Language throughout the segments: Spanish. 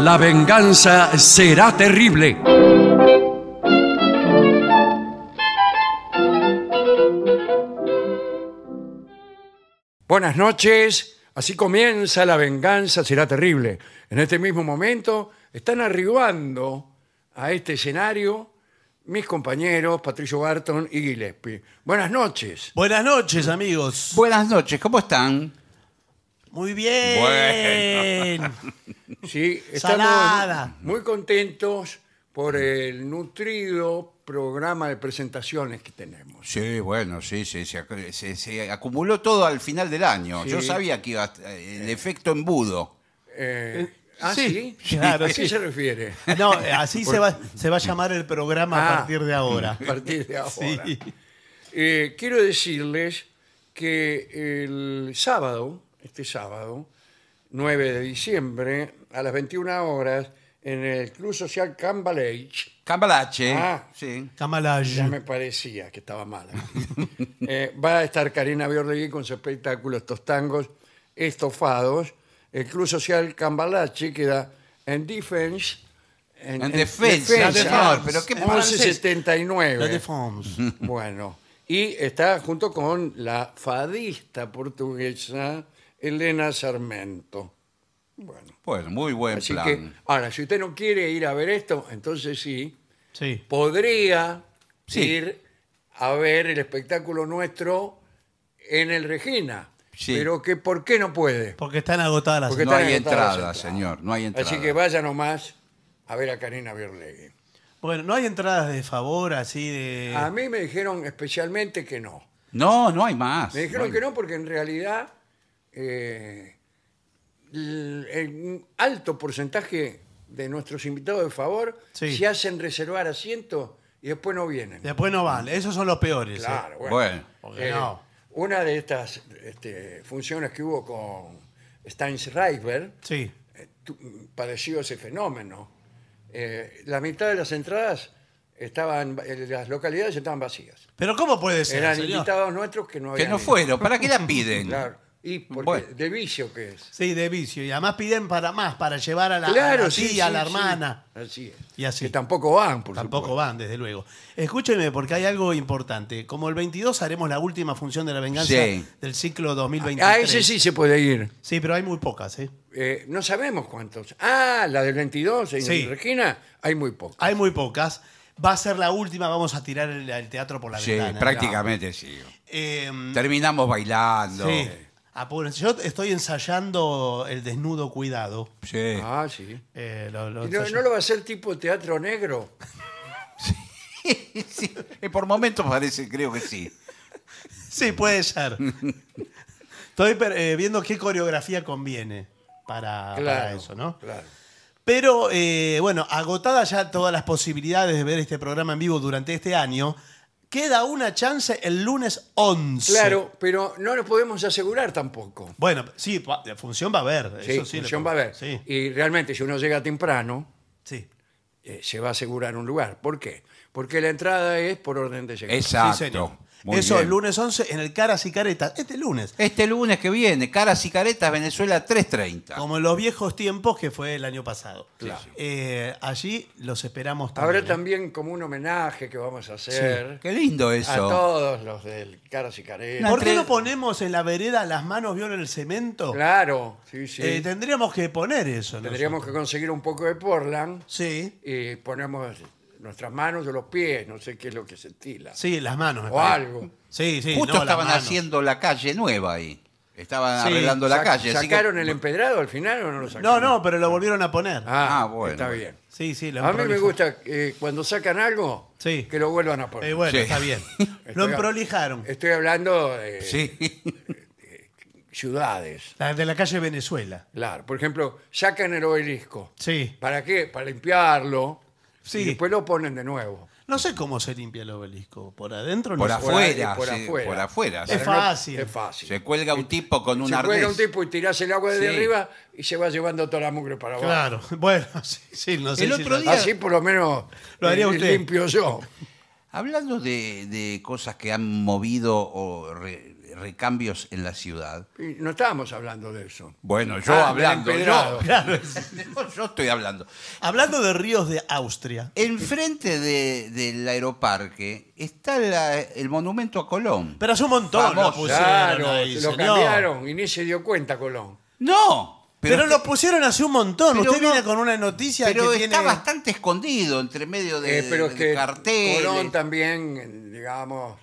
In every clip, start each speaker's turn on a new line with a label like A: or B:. A: La venganza será terrible. Buenas noches. Así comienza La venganza será terrible. En este mismo momento están arribando a este escenario mis compañeros Patricio Barton y Gillespie. Buenas noches.
B: Buenas noches, amigos.
C: Buenas noches, ¿cómo están?
B: Muy bien.
A: Sí,
B: Salada.
A: estamos muy contentos por el nutrido programa de presentaciones que tenemos.
C: Sí, bueno, sí, sí, se, ac- se- se acumuló todo al final del año. Yo sabía que iba a- el efecto embudo.
A: Eh, ¿Ah, sí?
B: sí, claro,
A: ¿A qué
B: sí.
A: se refiere?
B: No, eh, así se va, se va a llamar el programa
A: Ah,
B: a partir de ahora.
A: A partir de ahora.
B: Sí.
A: Eh, quiero decirles que el sábado, este sábado, 9 de diciembre, a las 21 horas, en el Club Social Cambalache,
C: Cambalache.
A: Ah. Ya
C: Sí.
B: Camalaya.
A: me parecía que estaba mala. Eh, va a estar Karina Biorlegui con su espectáculo Estos Tangos Estofados. El Club Social Cambalache queda en Defense.
C: En defensa,
B: señor, pero
C: qué francés.
A: 1179.
B: La Défense.
A: Bueno, y está junto con la fadista portuguesa Elena Sarmento. Bueno,
C: Bueno, muy buen
A: así
C: plan.
A: que ahora, si usted no quiere ir a ver esto, entonces sí,
B: Sí.
A: podría
C: Sí.
A: ir a ver el espectáculo nuestro en el Regina.
C: Sí.
A: Pero que ¿por qué no puede?
B: Porque están agotadas las.
A: Porque
C: no
A: están
C: hay
A: agotadas las
C: entrada,
A: entradas.
C: señor, no hay entrada.
A: Así que vaya nomás a ver a Karina Biorlegui.
B: Bueno, no hay entradas de favor así de.
A: A mí me dijeron especialmente que no.
C: No, no hay más.
A: Me dijeron
C: No hay-
A: que no porque en realidad eh, l- el- un alto porcentaje de nuestros invitados de favor
B: Sí.
A: se hacen reservar asientos y después no vienen.
B: Después no van. Esos son los peores. ¿eh?
A: Claro, bueno. Eh,
C: Bueno.
B: Porque no.
A: Una de estas este, funciones que hubo con Steinschreiber
B: Sí.
A: eh, tu- padeció ese fenómeno. Eh, la mitad de las entradas estaban, eh, las localidades estaban vacías.
B: Pero ¿cómo puede ser?
A: Eran
B: señor?
A: invitados nuestros que no habían
C: Que no
A: ido.
C: fueron. ¿Para qué la piden?
A: Claro. Y porque
C: Bueno.
A: de vicio que es.
B: Sí, de vicio. Y además piden para más, para llevar a la, a
A: Claro,
B: la
A: sí,
B: tía, a
A: sí,
B: la
A: sí.
B: hermana.
A: Así es.
B: Y así.
A: Que tampoco van, por
B: Tampoco
A: supuesto.
B: van, desde luego. Escúcheme, porque hay algo importante. Como el 22 haremos la última función de la venganza
C: Sí.
B: del ciclo 2023.
A: A ese sí se puede ir.
B: Sí, pero hay muy pocas, ¿eh?
A: Eh, no sabemos cuántos. Ah, la del 22 en
B: Sí.
A: Regina, hay muy poco.
B: Hay muy pocas. Va a ser la última, vamos a tirar el, el teatro por la
C: Sí,
B: ventana.
C: prácticamente sí.
B: Eh,
C: Terminamos bailando.
B: sí. Apúrense. Yo estoy ensayando el desnudo cuidado.
C: Sí.
A: Ah, sí.
B: Eh, lo- lo
A: ¿Y no,
B: ensayo.
A: no lo va a hacer tipo teatro negro?
C: Sí. Eh, Por momentos parece, creo que sí.
B: Sí, puede ser. estoy per- eh, viendo qué coreografía conviene para, Ah, para
A: claro.
B: eso, ¿no?
A: Claro.
B: Pero eh, bueno, agotadas ya todas las posibilidades de ver este programa en vivo durante este año, queda una chance el lunes 11.
A: Claro, pero no lo podemos asegurar tampoco.
B: Bueno, sí, pa- función va a haber.
A: Sí,
B: eso sí,
A: función
B: lo-
A: va a haber.
B: Sí,
A: Y realmente, si uno llega temprano,
B: sí.
A: eh, se va a asegurar un lugar. ¿Por qué? Porque la entrada es por orden de llegada.
C: Exacto.
B: Sí, señor.
C: Muy
B: Eso,
C: bien.
B: el lunes 11 en el Caras y Caretas. Este lunes.
C: Este lunes que viene, Caras y Caretas, Venezuela 3.30.
B: Como en los viejos tiempos que fue el año pasado.
C: Claro.
B: Eh, allí los esperamos también.
A: Habrá también como un homenaje que vamos a hacer.
C: Qué lindo
A: A
C: eso.
A: todos los del Caras y Caretas.
B: ¿Por qué
C: entre-
B: no ponemos en la vereda las manos viola en el cemento?
A: Claro, sí, sí.
B: Eh, tendríamos que poner eso.
A: Tendríamos que conseguir un poco de Portland
B: nosotros. Sí,
A: y ponemos nuestras manos o los pies, no sé qué es lo que se estila.
B: sí, las manos. me
A: o
B: parece.
A: algo.
B: Sí, sí.
C: Justo
B: no, las
C: estaban
B: manos.
C: haciendo la calle nueva ahí. Estaban
B: Sí,
C: arreglando la
A: Sac-
C: calle. así que-
A: ¿Sacaron el empedrado al final o no lo
B: No,
A: sacaron?
B: no, pero lo volvieron a poner.
A: Ah,
C: Ah, bueno.
A: Está bien.
B: Sí, sí, lo
A: A mí me
B: emprolijaron.
A: gusta eh, cuando sacan algo,
B: Sí.
A: que lo vuelvan a
B: Eh,
A: poner.
B: bueno,
C: Sí.
B: está bien. Lo
A: Estoy-
B: emprolijaron.
A: Estoy hablando de
C: Sí.
A: ciudades.
B: La de la calle Venezuela.
A: Claro, por ejemplo, sacan el obelisco.
B: Sí.
A: ¿Para qué? Para limpiarlo.
B: Sí.
A: Y después lo ponen de nuevo.
B: No sé cómo se limpia el obelisco. ¿Por adentro?
C: Por
B: no sé.
A: afu-
C: afuera.
A: por
C: sí,
A: afuera.
C: Por afuera.
B: Es
C: sí.
A: Para no-
B: fácil.
A: Es fácil.
C: Se cuelga un tipo con un
A: se cuelga un
C: arnés.
A: tipo y tirás el agua desde
C: Sí.
A: arriba y se va llevando toda la mugre para abajo.
B: Claro. Bueno, sí, sí, no sé
C: El
B: si
C: otro
B: lo-
C: día-
A: Así por lo menos
B: Lo haría
A: eh,
B: usted.
A: limpio yo.
C: Hablando de, de cosas que han movido o re- recambios en la ciudad.
A: Y no estábamos hablando de eso.
C: Bueno, yo
A: Ah, del
C: hablando. Yo,
A: empedrado.
C: yo estoy hablando.
B: Hablando de ríos de Austria.
C: Enfrente de- del aeroparque está la- el monumento a Colón.
B: Pero hace un montón
C: Famoso.
B: lo pusieron
A: Claro,
B: ahí,
A: lo
B: señor.
A: cambiaron y ni se dio cuenta Colón.
C: ¡No!
B: Pero,
C: es
B: lo pusieron hace un montón.
C: pero
B: Usted
C: no-
B: viene con una noticia
C: pero
B: que
C: está
B: tiene...
C: bastante escondido entre medio de,
A: Eh, pero es
C: de
A: que
C: carteles.
A: Colón también, digamos,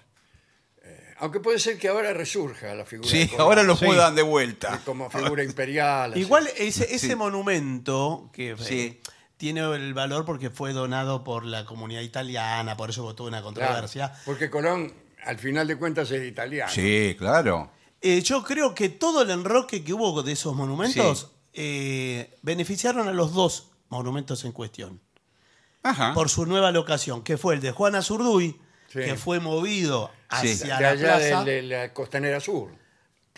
A: eh, aunque puede ser que ahora resurja la figura. de
C: Sí,
A: Colón,
C: ahora lo
A: sí,
C: mudan de vuelta.
A: Como figura imperial. así.
B: Igual ese, ese
C: Sí.
B: monumento que eh,
C: Sí.
B: tiene el valor porque fue donado por la comunidad italiana, por eso votó una
A: Claro,
B: controversia.
A: porque Colón, al final de cuentas, es italiano.
C: Sí, claro.
B: Eh, yo creo que todo el enroque que hubo de esos monumentos eh, beneficiaron a los dos monumentos en cuestión
C: Ajá.
B: por su nueva locación, que fue el de Juana Zurduy,
A: Sí.
B: que fue movido
C: Sí.
B: hacia
A: De
B: la
A: allá
B: plaza.
A: de, de la costanera sur.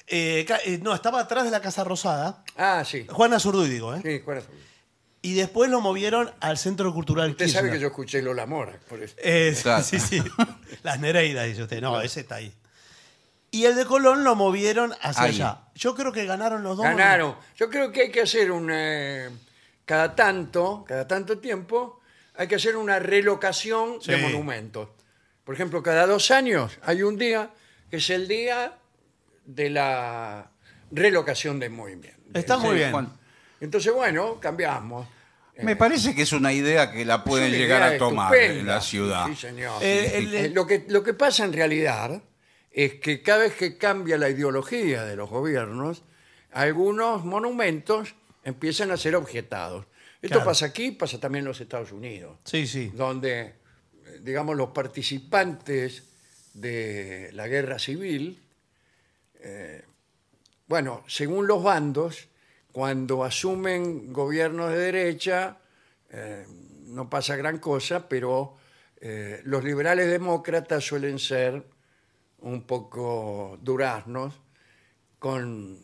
B: Eh, ca- eh, no, estaba atrás de la Casa Rosada.
A: Ah, sí.
B: Juana Zurduy, digo, ¿eh?
A: Sí, Juana Azul.
B: Y después lo movieron al Centro Cultural
A: Usted sabe
B: Kirchner.
A: que yo escuché Lola Mora, por eso.
B: Eh,
C: Claro.
B: Sí, sí. Las Nereidas, dice usted. No, ese está ahí. Y el de Colón lo movieron hacia
C: Ahí.
B: allá. Yo creo que ganaron los dos.
A: Ganaron. Yo creo que hay que hacer un... eh, cada tanto, cada tanto tiempo, hay que hacer una relocación de
B: Sí.
A: monumentos. Por ejemplo, cada dos años hay un día que es el día de la relocación del movimiento.
B: Está muy bien.
C: Juan.
A: Entonces, bueno, cambiamos.
C: Me parece que es una idea que la pueden
A: Eh, Es una
C: llegar
A: idea
C: a tomar
A: estupenda.
C: en la ciudad.
A: Sí, señor.
B: Eh, el-
A: Eh, lo, que, lo que pasa en realidad es que cada vez que cambia la ideología de los gobiernos, algunos monumentos empiezan a ser objetados. Esto
B: Claro.
A: pasa aquí, pasa también en los Estados Unidos,
B: Sí, sí.
A: donde, eh, digamos, los participantes de la guerra civil, eh, bueno, según los bandos, cuando asumen gobiernos de derecha, eh, no pasa gran cosa, pero eh, los liberales demócratas suelen ser un poco duraznos con,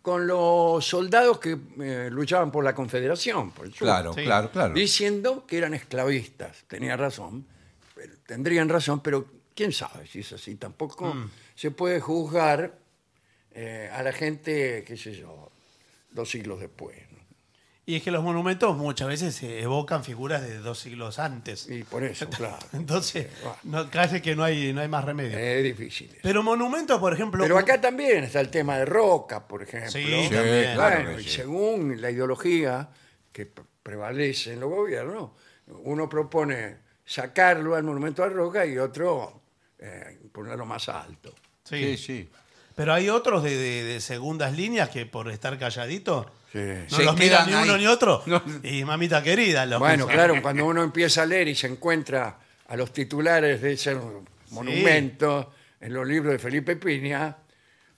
A: con los soldados que eh, luchaban por la Confederación, por el sur,
C: Claro,
B: Sí.
C: claro, claro.
A: diciendo que eran esclavistas. Tenía razón, pero- tendrían razón, pero quién sabe si es así. Tampoco
C: Mm.
A: se puede juzgar eh, a la gente, qué sé yo, dos siglos después. ¿no?
B: Y es que los monumentos muchas veces eh, evocan figuras de dos siglos antes.
A: Y por eso, claro,
B: Entonces, no, casi que no hay, no hay más remedio.
C: Eh.
A: es difícil. eso.
B: Pero monumentos, por ejemplo.
A: Pero acá también está el tema de Roca, por ejemplo.
B: Sí,
C: Sí,
B: también.
C: claro
A: Bueno,
C: que
A: y
C: sí.
A: según la ideología que p- prevalece en los gobiernos, uno propone sacarlo al monumento a Roca y otro eh, ponerlo más alto.
B: Sí.
C: Sí, sí.
B: Pero hay otros de, de- de segundas líneas que por estar calladitos
A: Sí.
B: no
C: Se
B: los mira
C: quedan
B: ni
C: ahí.
B: uno ni otro.
C: No.
B: Y mamita querida, los
A: Bueno, claro, cuando uno empieza a leer y se encuentra a los titulares de ese monumento en los libros de Felipe Piña,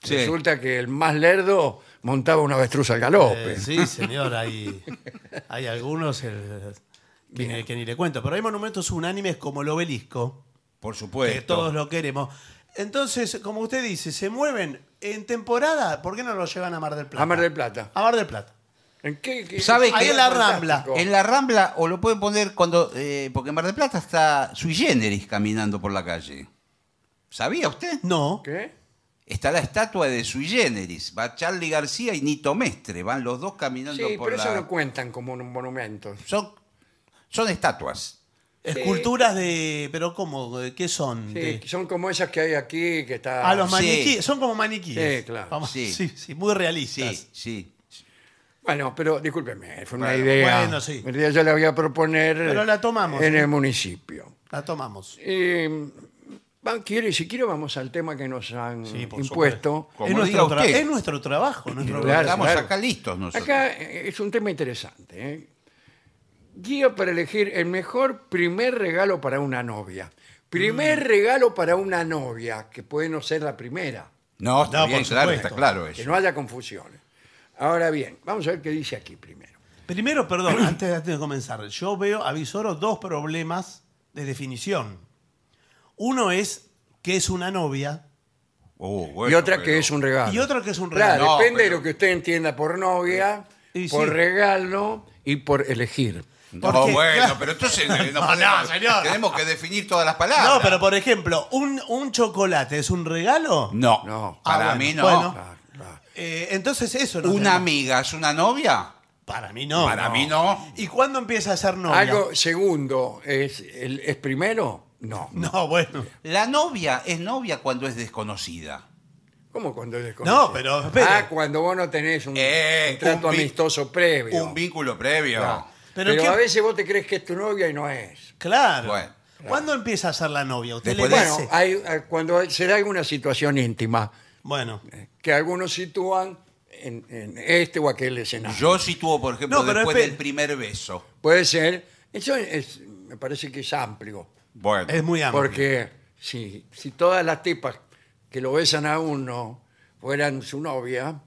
C: Sí.
A: resulta que el más lerdo montaba una avestruz al galope.
B: Eh, sí, señor, hay, hay algunos eh, que, ni- que ni le cuento. Pero hay monumentos unánimes como el obelisco,
C: Por
B: que
C: supuesto.
B: todos lo queremos. Entonces, como usted dice, se mueven en temporada. ¿Por qué no lo llevan a Mar del Plata?
A: A Mar del Plata.
B: A Mar del Plata.
A: ¿En qué- qué-
C: ¿Sabe
B: Ahí
C: que-
B: en la
A: fantástico.
B: Rambla.
C: En la Rambla, o lo pueden poner cuando. eh, porque en Mar del Plata está sui generis caminando por la calle. ¿Sabía usted?
B: No.
A: ¿Qué?
C: Está la estatua de sui generis. Va Charlie García y Nito Mestre. Van los dos caminando
A: Sí,
C: por
A: pero
C: la.
A: eso no cuentan como un monumento.
C: son, son estatuas.
B: Esculturas de. ¿Pero cómo? ¿Qué son?
A: Sí,
B: De-
A: son como esas que hay aquí, que está...
B: a los
C: sí.
B: maniquíes. Son como maniquíes.
A: Sí, claro.
B: Vamos-
C: Sí.
B: sí, sí, muy realistas.
C: Sí, sí.
A: Bueno, pero discúlpeme, fue una
C: Bueno,
A: idea.
B: bueno, sí.
A: Una idea yo la voy a proponer
B: Pero la tomamos, ¿eh?
A: en
B: ¿sí?
A: el municipio.
B: La
A: Eh,
B: tomamos.
A: Y, van, quiere, si quiere vamos al tema que nos han
B: Sí, por
A: impuesto.
C: Como
B: es, nuestro
C: diga
B: tra-
C: usted.
B: es nuestro trabajo, nuestro
A: Claro,
C: Estamos
A: claro.
C: acá listos nosotros.
A: Acá eh, es un tema interesante. ¿eh? Guía para elegir el mejor primer regalo para una novia. Primer
B: Mm.
A: regalo para una novia, que puede no ser la primera.
C: No, está
B: No,
C: bien,
B: por
C: claro,
B: supuesto.
C: está claro
A: Que
C: eso.
A: no haya confusiones. Ahora bien, vamos a ver qué dice aquí primero.
B: Primero, perdón, antes, antes de comenzar, yo veo, avisoro dos problemas de definición. Uno es qué es una novia
C: Oh, bueno,
A: y otra que
C: pero-
A: es un regalo.
B: y otro que es un
A: Claro,
B: regalo.
C: No,
A: depende
C: pero-
A: de lo que usted entienda por novia,
B: Y sí.
A: por regalo y por elegir.
C: No,
B: Porque-
C: bueno,
B: claro.
C: pero entonces eh, no
B: No,
C: podemos-
B: no, señor.
C: tenemos que definir todas las palabras.
B: No, pero por ejemplo, ¿un, un chocolate es un regalo?
C: No,
A: No.
C: para
B: Ah, bueno,
C: mí no.
B: bueno.
A: Ah, ah.
B: Eh, entonces eso no.
C: ¿Una
B: tenemos.
C: amiga es una novia?
B: Para mí no.
C: Para mí no.
B: ¿Y cuándo empieza a ser novia?
A: Algo segundo, ¿es, el, ¿es primero? No.
B: No, bueno.
C: La novia es novia cuando es desconocida.
A: ¿Cómo cuando es desconocido?
B: No, pero, espera.
A: Ah, cuando vos no tenés un,
C: Eh,
A: un trato
C: un vi-
A: amistoso previo.
C: Un vínculo previo.
A: Ah,
B: Pero
A: Pero,
B: qué-
A: a veces vos te crees que es tu novia y no es.
B: Claro.
C: Bueno.
B: ¿Cuándo empieza a ser la novia? ¿Usted
C: Después
B: le
C: de-
B: dice?
A: Bueno, hay, eh, cuando se da alguna situación íntima
B: Bueno.
A: que algunos sitúan en, en este o aquel escenario.
C: Yo sitúo, por ejemplo,
B: No, pero
C: después
B: espe-
C: del primer beso.
A: Puede ser. Eso es- me parece que es amplio.
C: Bueno.
B: Es muy amplio.
A: Porque si, si todas las tipas que lo besan a uno fueran su novia,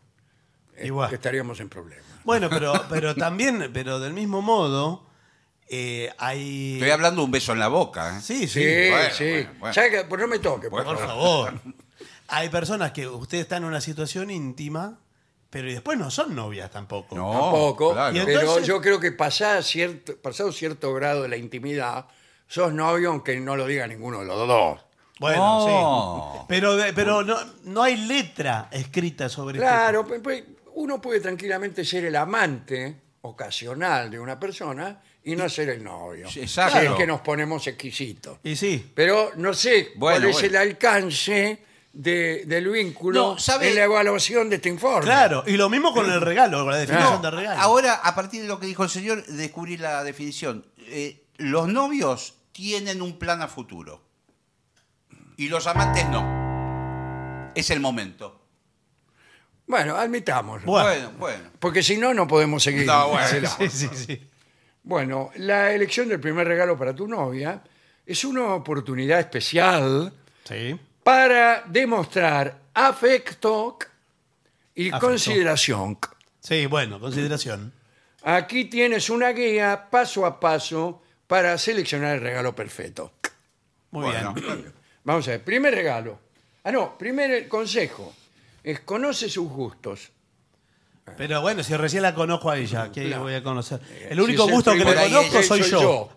A: eh,
B: Igual.
A: estaríamos en problemas.
B: Bueno, pero, pero también, pero del mismo modo, eh, hay.
C: Estoy hablando de un beso en la boca. ¿eh?
B: Sí, sí.
A: Sí,
C: bueno,
A: sí.
C: bueno, bueno.
A: Saca, pues no me toque, por
C: Bueno.
B: Por
A: favor.
B: favor. Hay personas que usted está en una situación íntima, pero y después no son novias tampoco.
C: No,
A: Tampoco.
C: claro.
B: Y
A: Pero
B: entonces-
A: yo creo que pasada cierto, pasado cierto grado de la intimidad, sos novio aunque no lo diga ninguno de los dos.
B: Bueno,
C: No.
B: sí. Pero, de- pero no, no hay letra escrita sobre este
A: Claro, pues, pues, uno puede tranquilamente ser el amante ocasional de una persona y no ser el novio.
C: Sí, exacto.
A: Si es que nos ponemos exquisitos.
B: esto. Y sí.
A: Pero no sé
C: Bueno,
A: cuál es
C: bueno.
A: el alcance de- del vínculo
C: No, ¿sabe?
A: en la evaluación de este informe.
B: Claro. Y lo mismo con el regalo, con la
A: No,
B: definición de regalo.
C: Ahora, a partir de lo que dijo el señor, descubrí la definición. Eh, los novios tienen un plan a futuro. Y los amantes no. Es el momento.
A: Bueno, admitámoslo.
B: Bueno.
C: Bueno, bueno.
A: Porque si no, no podemos seguir.
C: No, bueno.
A: Marcelo.
B: Sí, sí, sí.
A: Bueno, la elección del primer regalo para tu novia es una oportunidad especial
B: Sí.
A: para demostrar afecto y
B: Afecto.
A: consideración.
B: Sí, bueno, consideración.
A: Aquí tienes una guía paso a paso para seleccionar el regalo perfecto.
B: Muy
C: Bueno.
B: bien.
A: Vamos a ver, primer regalo. Ah, no, primer consejo. Es conoce sus gustos.
B: Pero bueno, si recién la conozco a ella, ¿qué
A: Claro. Eh,
B: voy a conocer? El
A: si
B: único
A: es el
B: gusto que le
A: primer-
B: conozco
A: ahí,
B: soy,
A: soy
B: yo.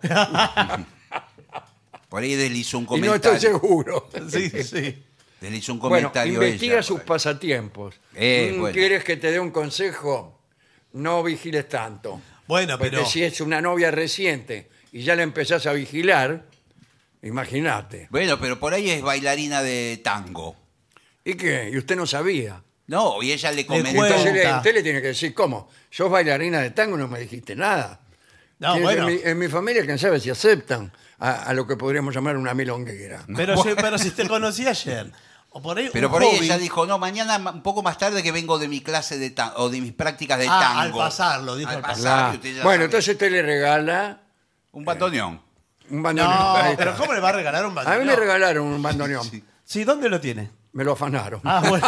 C: Por ahí deslizó un
A: Y no estoy
C: comentario.
A: seguro.
B: sí, sí.
C: Deslizó un
A: Bueno,
C: comentario.
A: investiga
C: ella,
A: sus
C: por ahí.
A: pasatiempos.
C: Eh,
A: Mm,
C: bueno.
A: ¿Quieres que te dé un consejo? No vigiles tanto.
B: Bueno,
A: Porque
B: pero.
A: si es una novia reciente y ya la empezás a vigilar, imagínate.
C: Bueno, pero por ahí es bailarina de tango.
A: ¿Y qué? Y usted no sabía.
C: No, y ella le comentó.
B: cuento.
A: Entonces le-
B: Pregunta.
A: usted le tiene que decir, ¿cómo? ¿Sos bailarina de tango? No me dijiste nada.
B: No,
A: Y
B: bueno.
A: en, mi, en mi familia, quién sabe si aceptan a, a lo que podríamos llamar una milonguera.
B: Pero, si, pero si te conocí ayer. O por ahí,
C: Pero
B: un
C: por ahí
B: hobby-
C: ella dijo, no, mañana ma- un poco más tarde que vengo de mi clase de tango, o de mis prácticas de
B: Ah, al
C: tango.
B: pasar, lo dijo
C: Al
B: al
C: pasar,
A: Claro.
C: y usted ya
A: Bueno,
C: sabe.
A: entonces usted le regala
C: Un bandoneón.
A: un
B: No,
A: bandoneón. Ahí está.
B: pero ¿cómo le va a regalar un
A: A
B: bandoneón?
A: mí me regalaron un bandoneón.
B: Sí, ¿dónde lo tiene?
A: Me lo afanaron.
B: Ah, bueno.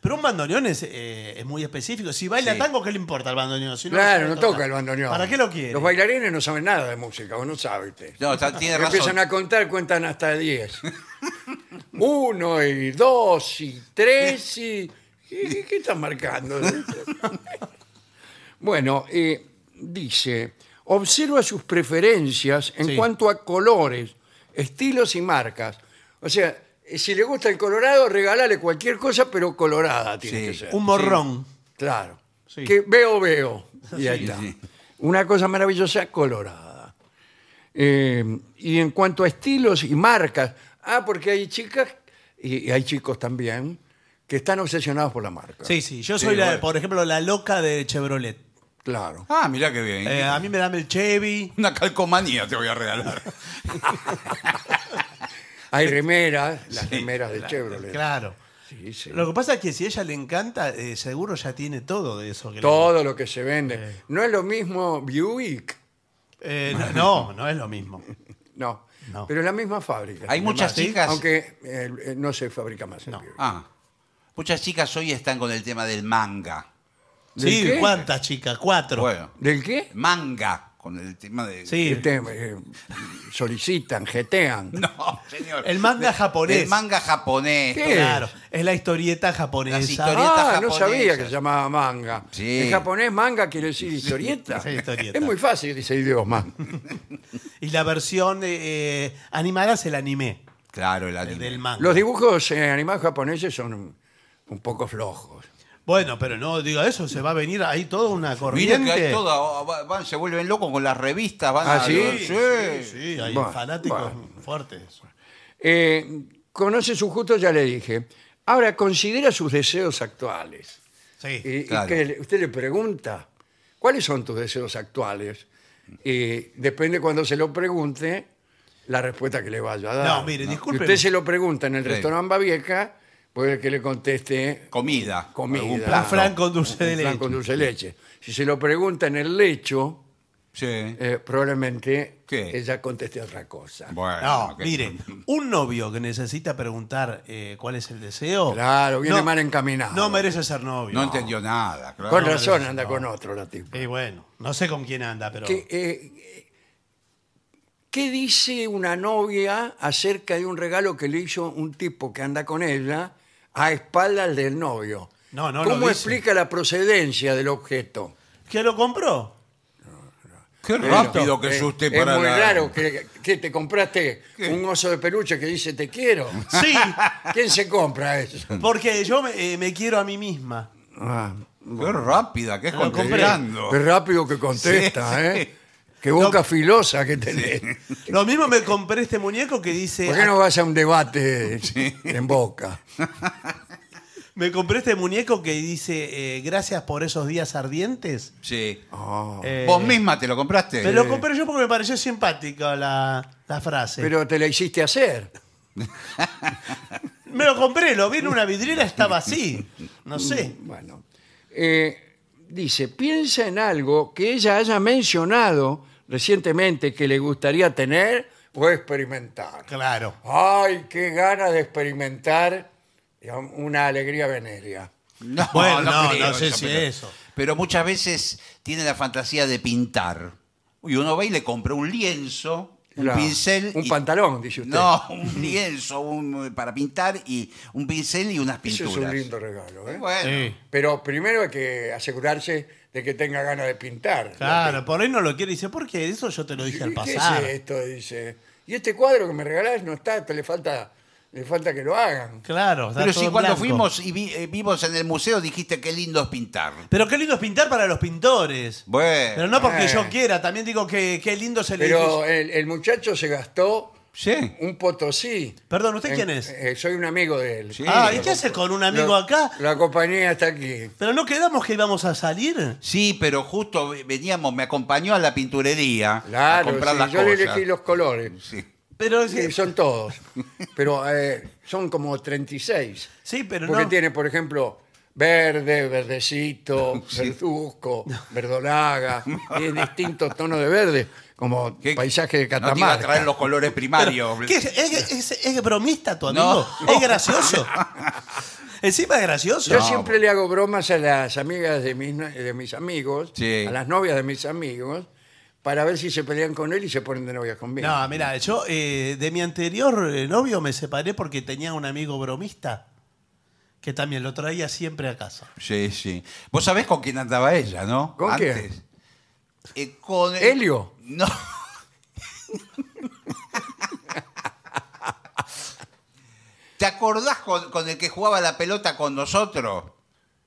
B: pero un bandoneón es, eh, es muy específico. Si baila
C: Sí.
B: tango, ¿qué le importa el bandoneón? Si
A: claro,
B: lo
A: no
B: sabe
A: toca
B: tocar.
A: el bandoneón.
B: ¿Para qué lo quiere?
A: Los bailarines no saben nada de música, vos no sabes usted.
C: No, está- tiene razón.
A: Empiezan a contar, cuentan hasta 10. Uno y dos y tres y... ¿Qué, qué están marcando? bueno, eh, dice, observa sus preferencias en
B: Sí.
A: cuanto a colores, estilos y marcas. O sea, eh, si le gusta el colorado, regálale cualquier cosa, pero colorada tiene
C: Sí.
A: que ser.
B: Un morrón.
A: Claro.
B: Sí.
A: Que veo, veo. Y ahí
C: Sí,
A: está.
C: sí.
A: Una cosa maravillosa colorada. Eh, y en cuanto a estilos y marcas, ah, porque hay chicas y, y hay chicos también que están obsesionados por la marca.
B: Sí, sí. Yo
C: Sí,
B: soy, la-
C: bueno.
B: por ejemplo, la loca de Chevrolet.
A: Claro.
C: Ah, mirá qué bien.
B: Eh, a mí me dame el Chevy.
C: Una calcomanía te voy a regalar.
A: Hay remeras, las
C: Sí,
A: remeras de Chevrolet.
B: Claro.
A: Sí, sí.
B: Lo que pasa es que si a ella le encanta, eh, seguro ya tiene todo de eso. Que le-
A: Todo lo que se vende. No es lo mismo Buick,
B: Eh, no, no, no es lo mismo.
A: no.
B: No.
A: Pero es la misma fábrica.
C: Hay muchas
B: ¿sí?
C: chicas.
A: Aunque eh, eh, no se fabrica más el Buick.
C: Ah. muchas chicas hoy están con el tema del manga.
A: ¿Del
B: Sí,
A: qué?
B: ¿cuántas chicas? Cuatro.
C: Bueno,
A: ¿Del qué?
C: manga. con con el tema de...
B: Sí.
A: Este, eh, solicitan, jetean.
C: No, señor.
B: El manga japonés.
C: El manga japonés.
A: ¿Qué?
B: Claro, es la historieta japonesa.
C: Las historietas.
A: Ah,
C: historietas
A: no sabía
C: japonesas.
A: que se llamaba manga.
C: Sí.
A: En japonés manga quiere decir historieta.
B: sí, historieta.
A: Es muy fácil ese idioma.
B: Y la versión eh, eh, animada es el anime
C: Claro, el anime.
B: del manga.
A: Los dibujos eh, animados japoneses son un, un poco flojos.
B: Bueno, pero no, digo, eso se va a venir ahí toda una
C: Miren
B: corriente.
C: que hay todo, ah, va- van, se vuelven locos con las revistas, van
A: Ah,
C: a-
A: ¿sí?
C: Sí,
B: Sí, sí, hay
A: Bueno,
B: fanáticos
A: bueno.
B: fuertes.
A: Eh, conoce su justo, ya le dije. Ahora, considera sus deseos actuales.
B: Sí.
A: Y, y
C: Claro.
A: que le- usted le pregunta, ¿cuáles son tus deseos actuales? Y depende cuando se lo pregunte, la respuesta que le vaya a dar.
B: No, mire, discúlpeme.
A: Si usted se lo pregunta en el
C: Sí.
A: restaurante Babieca, puede que le conteste
C: Comida.
A: comida.
C: algún
B: Un
C: plato.
B: flan con dulce de
A: un flan
B: leche.
A: con dulce de leche. Si se lo pregunta en el lecho,
C: Sí.
A: eh, probablemente
C: ¿Qué?
A: ella conteste otra cosa.
C: Bueno,
B: No,
C: ok.
B: mire, un novio que necesita preguntar eh, cuál es el deseo.
A: Claro, viene
B: no-
A: mal encaminado.
B: No merece ser novio.
C: No entendió nada. claro.
A: Con
B: no,
A: razón
B: no,
A: anda
B: no.
A: con otro la tipa.
B: Y bueno, no sé con quién anda, pero.
A: ¿Qué, eh, qué dice una novia acerca de un regalo que le hizo un tipo que anda con ella a espaldas del novio?
B: No, no lo
A: ¿Cómo
B: dice.
A: explica la procedencia del objeto?
B: ¿Que lo compró?
C: Qué
A: Bueno,
C: rápido que
A: eh,
C: es usted
A: es
C: para
A: muy
C: la-
A: raro que, que te compraste un oso de peluche que dice te quiero.
B: Sí,
A: ¿Quién se compra eso?
B: porque yo me, eh, me quiero a mí misma.
A: Ah,
C: Qué rápida que es
B: No lo compré.
C: contestando.
A: qué rápido que contesta,
C: Sí, sí.
A: ¿eh? Qué boca filosa que tenés.
B: Lo mismo me compré este muñeco que dice.
A: ¿Por qué no vas a un debate en boca?
B: Me compré este muñeco que dice eh, gracias por esos días ardientes.
C: Sí.
A: Ah.
B: Eh,
C: Vos misma te lo compraste.
B: Me lo compré yo porque me pareció simpática la, la frase.
A: Pero te la hiciste hacer.
B: Me lo compré, lo vi en una vidriera, estaba así. No sé.
A: Bueno, eh, dice, piensa en algo que ella haya mencionado recientemente que le gustaría tener o experimentar.
B: Claro.
A: Ay, qué gana de experimentar digamos, una alegría venerea.
C: No,
B: Bueno, no,
C: creo
B: no sé
C: yo,
B: si
C: pero-
B: eso.
C: Pero muchas veces tiene la fantasía de pintar. Y uno va y le compra un lienzo, un
A: Claro.
C: pincel.
A: Un
C: y-
A: pantalón, dice usted.
C: No, un lienzo un- para pintar y un pincel y unas
A: Eso es
C: pinturas.
A: un lindo regalo. ¿eh?
C: Bueno,
B: Sí.
A: Pero primero hay que asegurarse de que tenga ganas de pintar.
B: Claro, por ahí no lo quiere. Dice, ¿por qué? Eso yo te lo dije al
A: ¿Y ¿Qué
B: pasar.
A: es esto? Dice. Y este cuadro que me regalás no está, te le falta, le falta que lo hagan.
B: Claro. está
C: pero
B: todo
C: si
B: en
C: cuando
B: blanco.
C: fuimos y vi- eh, vimos en el museo dijiste qué lindo es pintar.
B: Pero qué lindo es pintar para los pintores.
C: Bueno.
B: Pero no porque
A: eh.
B: yo quiera, también digo que qué lindo es el
A: Pero
B: edificio.
A: el, el muchacho se gastó
C: Sí.
A: un potosí.
B: Perdón, ¿usted
A: En-
B: quién es?
A: eh, soy un amigo de él.
C: Sí.
B: ah, ¿y qué hace con un amigo
A: Lo-
B: acá?
A: Lo acompañé hasta aquí.
B: Pero no quedamos que íbamos a salir.
C: Sí, pero justo veníamos, me acompañó a la pinturería
A: Claro,
C: a comprar
A: sí,
C: las
A: yo le
C: cosas.
A: elegí los colores.
C: Sí.
B: Pero es
A: Sí,
B: que-
A: son todos. Pero eh, son como 36.
B: Sí, pero
A: Porque
B: no.
A: tiene, por ejemplo, verde, verdecito, verduzco, verdolaga, y distintos tonos de verde, como
C: ¿Qué-
A: paisaje de
C: No te iba a
A: Catamarca.
C: traer los colores primarios.
B: ¿Qué es? ¿Es- es- es bromista tu
C: No.
B: amigo? Es gracioso. Encima es gracioso.
A: Yo siempre le hago bromas a las amigas de mis, no- de mis amigos,
C: Sí.
A: a las novias de mis amigos, para ver si se pelean con él y se ponen de novias conmigo.
B: No, mira, yo eh, de mi anterior eh, novio me separé porque tenía un amigo bromista que también lo traía siempre a casa.
C: Sí, sí. Vos sabés con quién andaba ella, ¿no?
A: ¿Con quién?
C: Antes. Eh, con el-
A: ¿Helio?
C: No. ¿Te acordás con, con el que jugaba la pelota con nosotros?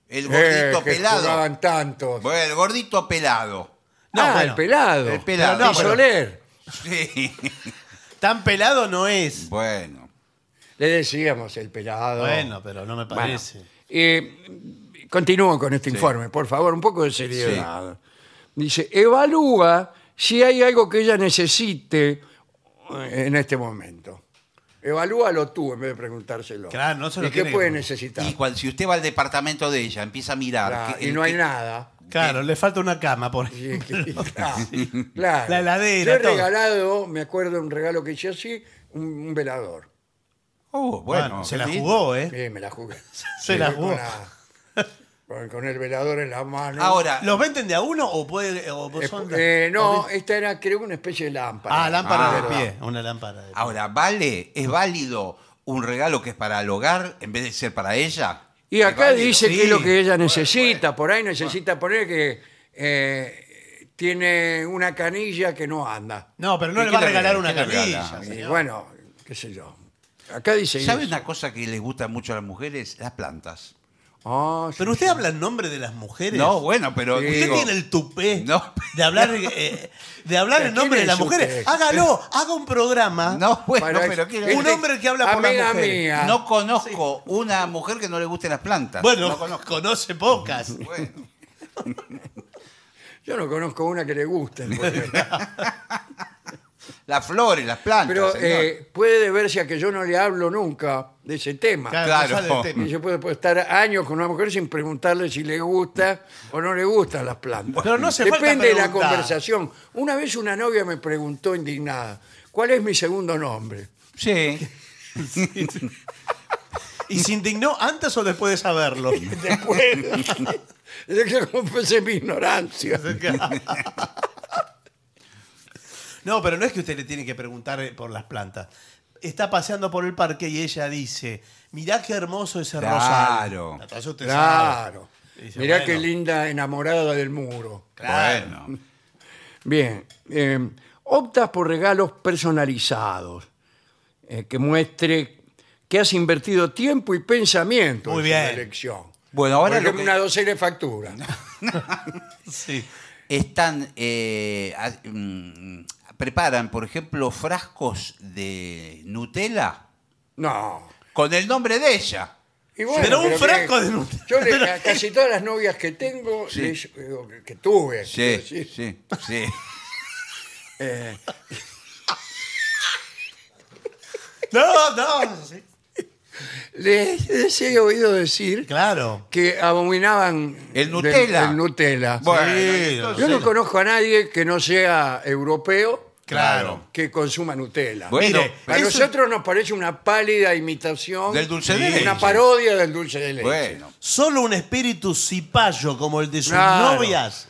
C: El
A: Eh,
C: gordito
A: que
C: pelado.
A: jugaban tantos.
C: Bueno, el gordito pelado.
B: No,
A: ah,
B: bueno.
A: el pelado.
C: El pelado.
A: Pero no,
C: Y
A: pero- Soler.
C: Sí.
B: Tan pelado no es.
C: Bueno.
A: Le decíamos el pelado.
B: Bueno, pero no me parece.
A: Bueno, eh, continúo con este informe, por favor, un poco de seriedad. Dice, evalúa si hay algo que ella necesite eh, en este momento. Evalúalo tú en vez de preguntárselo.
B: Claro, no se lo
A: ¿Y qué
B: tiene que
A: puede
B: preguntar.
A: necesitar?
C: Y cuando, si usted va al departamento de ella, empieza a mirar.
A: Claro,
C: que-
A: y
C: el
A: no hay
C: que-
A: nada.
B: Claro, le falta una cama por
A: Y- y-
B: ejemplo.
A: claro, claro.
B: La heladera,
A: Yo he
B: todo.
A: regalado, me acuerdo un regalo que hice así, un, un velador.
C: Oh, bueno,
B: Bueno, se la
C: sí.
B: jugó, ¿eh?
A: Eh, me la jugué.
B: Se la
A: Fui con
B: jugó.
A: la- con, con el velador en la mano.
C: Ahora,
B: ¿Los venden de a uno o, puede, o
A: Eh,
B: son-
A: eh,
B: o-
A: no, esta era, creo, una especie de lámpara.
B: Ah, lámpara
C: Ah.
B: de pie. Una lámpara de pie.
C: ahora, ¿vale? ¿Es válido un regalo que es para el hogar en vez de ser para ella?
A: Y
C: ¿Es
A: acá
C: válido?
A: dice que es
C: Sí.
A: lo que ella necesita. Por ahí necesita poner que eh, tiene una canilla que no anda.
B: No, pero no
C: ¿Y
B: le
C: qué
B: va a
C: le
B: regalar
C: regala?
B: una
C: ¿Qué le
B: canilla.
C: regala?
A: Y
B: Ah, señor.
A: bueno, qué sé yo. Acá dice
C: ¿Sabe
A: eso.
C: una cosa que les gusta mucho a las mujeres? Las plantas.
A: Ah, sí,
B: Pero
A: sí.
B: usted habla en nombre de las mujeres.
C: No, bueno, pero
A: Sí.
B: Usted
C: digo,
B: tiene el tupé
C: No.
B: de hablar, eh, de hablar en
A: ¿Quién
B: nombre de
A: es
B: las mujeres.
A: usted?
B: Hágalo, haga un programa.
C: No, bueno,
A: Para-
C: pero quiero
A: este-
B: Un
C: decir,
B: hombre que habla por las
A: Amiga
B: mujeres.
A: mía.
C: no conozco una mujer que no le gusten las plantas.
B: Bueno,
C: no conozco.
B: conoce pocas.
C: Bueno,
A: Yo no conozco una que le guste.
C: las flores, las plantas.
A: Pero
C: señor.
A: eh, puede deberse a que yo no le hablo nunca de ese tema.
B: no
C: Claro.
B: sale el tema.
A: Y yo puedo, puedo estar años con una mujer sin preguntarle si le gusta o no le gustan las plantas.
B: Pero no hace falta
A: Depende de la
B: preguntar.
A: conversación. Una vez una novia me preguntó indignada, ¿cuál es mi segundo nombre?
C: sí.
B: ¿Y se indignó antes o después de saberlo?
A: Después de que confesé mi ignorancia.
B: No, pero no es que usted le tiene que preguntar eh, por las plantas. Está paseando por el parque y ella dice, mirá qué hermoso ese
C: Claro.
B: rosal. Entonces usted sabe.
A: Claro.
B: Dice,
A: Mirá
B: bueno.
A: qué linda enamorada del muro.
B: Claro.
C: Bueno.
A: Bien, eh, optas por regalos personalizados eh, que muestre que has invertido tiempo y pensamiento
B: Muy
A: en
B: bien.
A: la elección.
C: Bueno, ahora
A: Por
C: lo
A: ejemplo,
C: que-
A: una docena de facturas.
B: Sí.
C: Están. eh, ha- mm, preparan, por ejemplo, frascos de Nutella
A: No.
C: con el nombre de ella.
A: Y bueno,
B: Pero un
A: que-
B: frasco de Nutella.
A: Yo le- a casi todas las novias que tengo,
C: Sí.
A: les- eh, o que- que tuve,
C: Sí,
A: quiero
C: sí,
A: decir,
C: sí.
A: eh,
B: No, no. sí.
A: les, les he oído decir
B: Claro.
A: que abominaban
C: El
A: del-
C: Nutella.
A: el Nutella.
C: Bueno,
A: Yo
B: Sí,
C: entonces-
A: no conozco a nadie que no sea europeo
B: Claro.
A: que consuma Nutella.
C: Bueno,
B: Mire,
A: A
C: pero-
B: eso-
A: nosotros nos parece una pálida imitación
C: Del dulce de
A: y
C: leche.
A: Una parodia del dulce de leche.
C: bueno.
B: Solo un espíritu cipayo como el de sus
A: Claro.
B: novias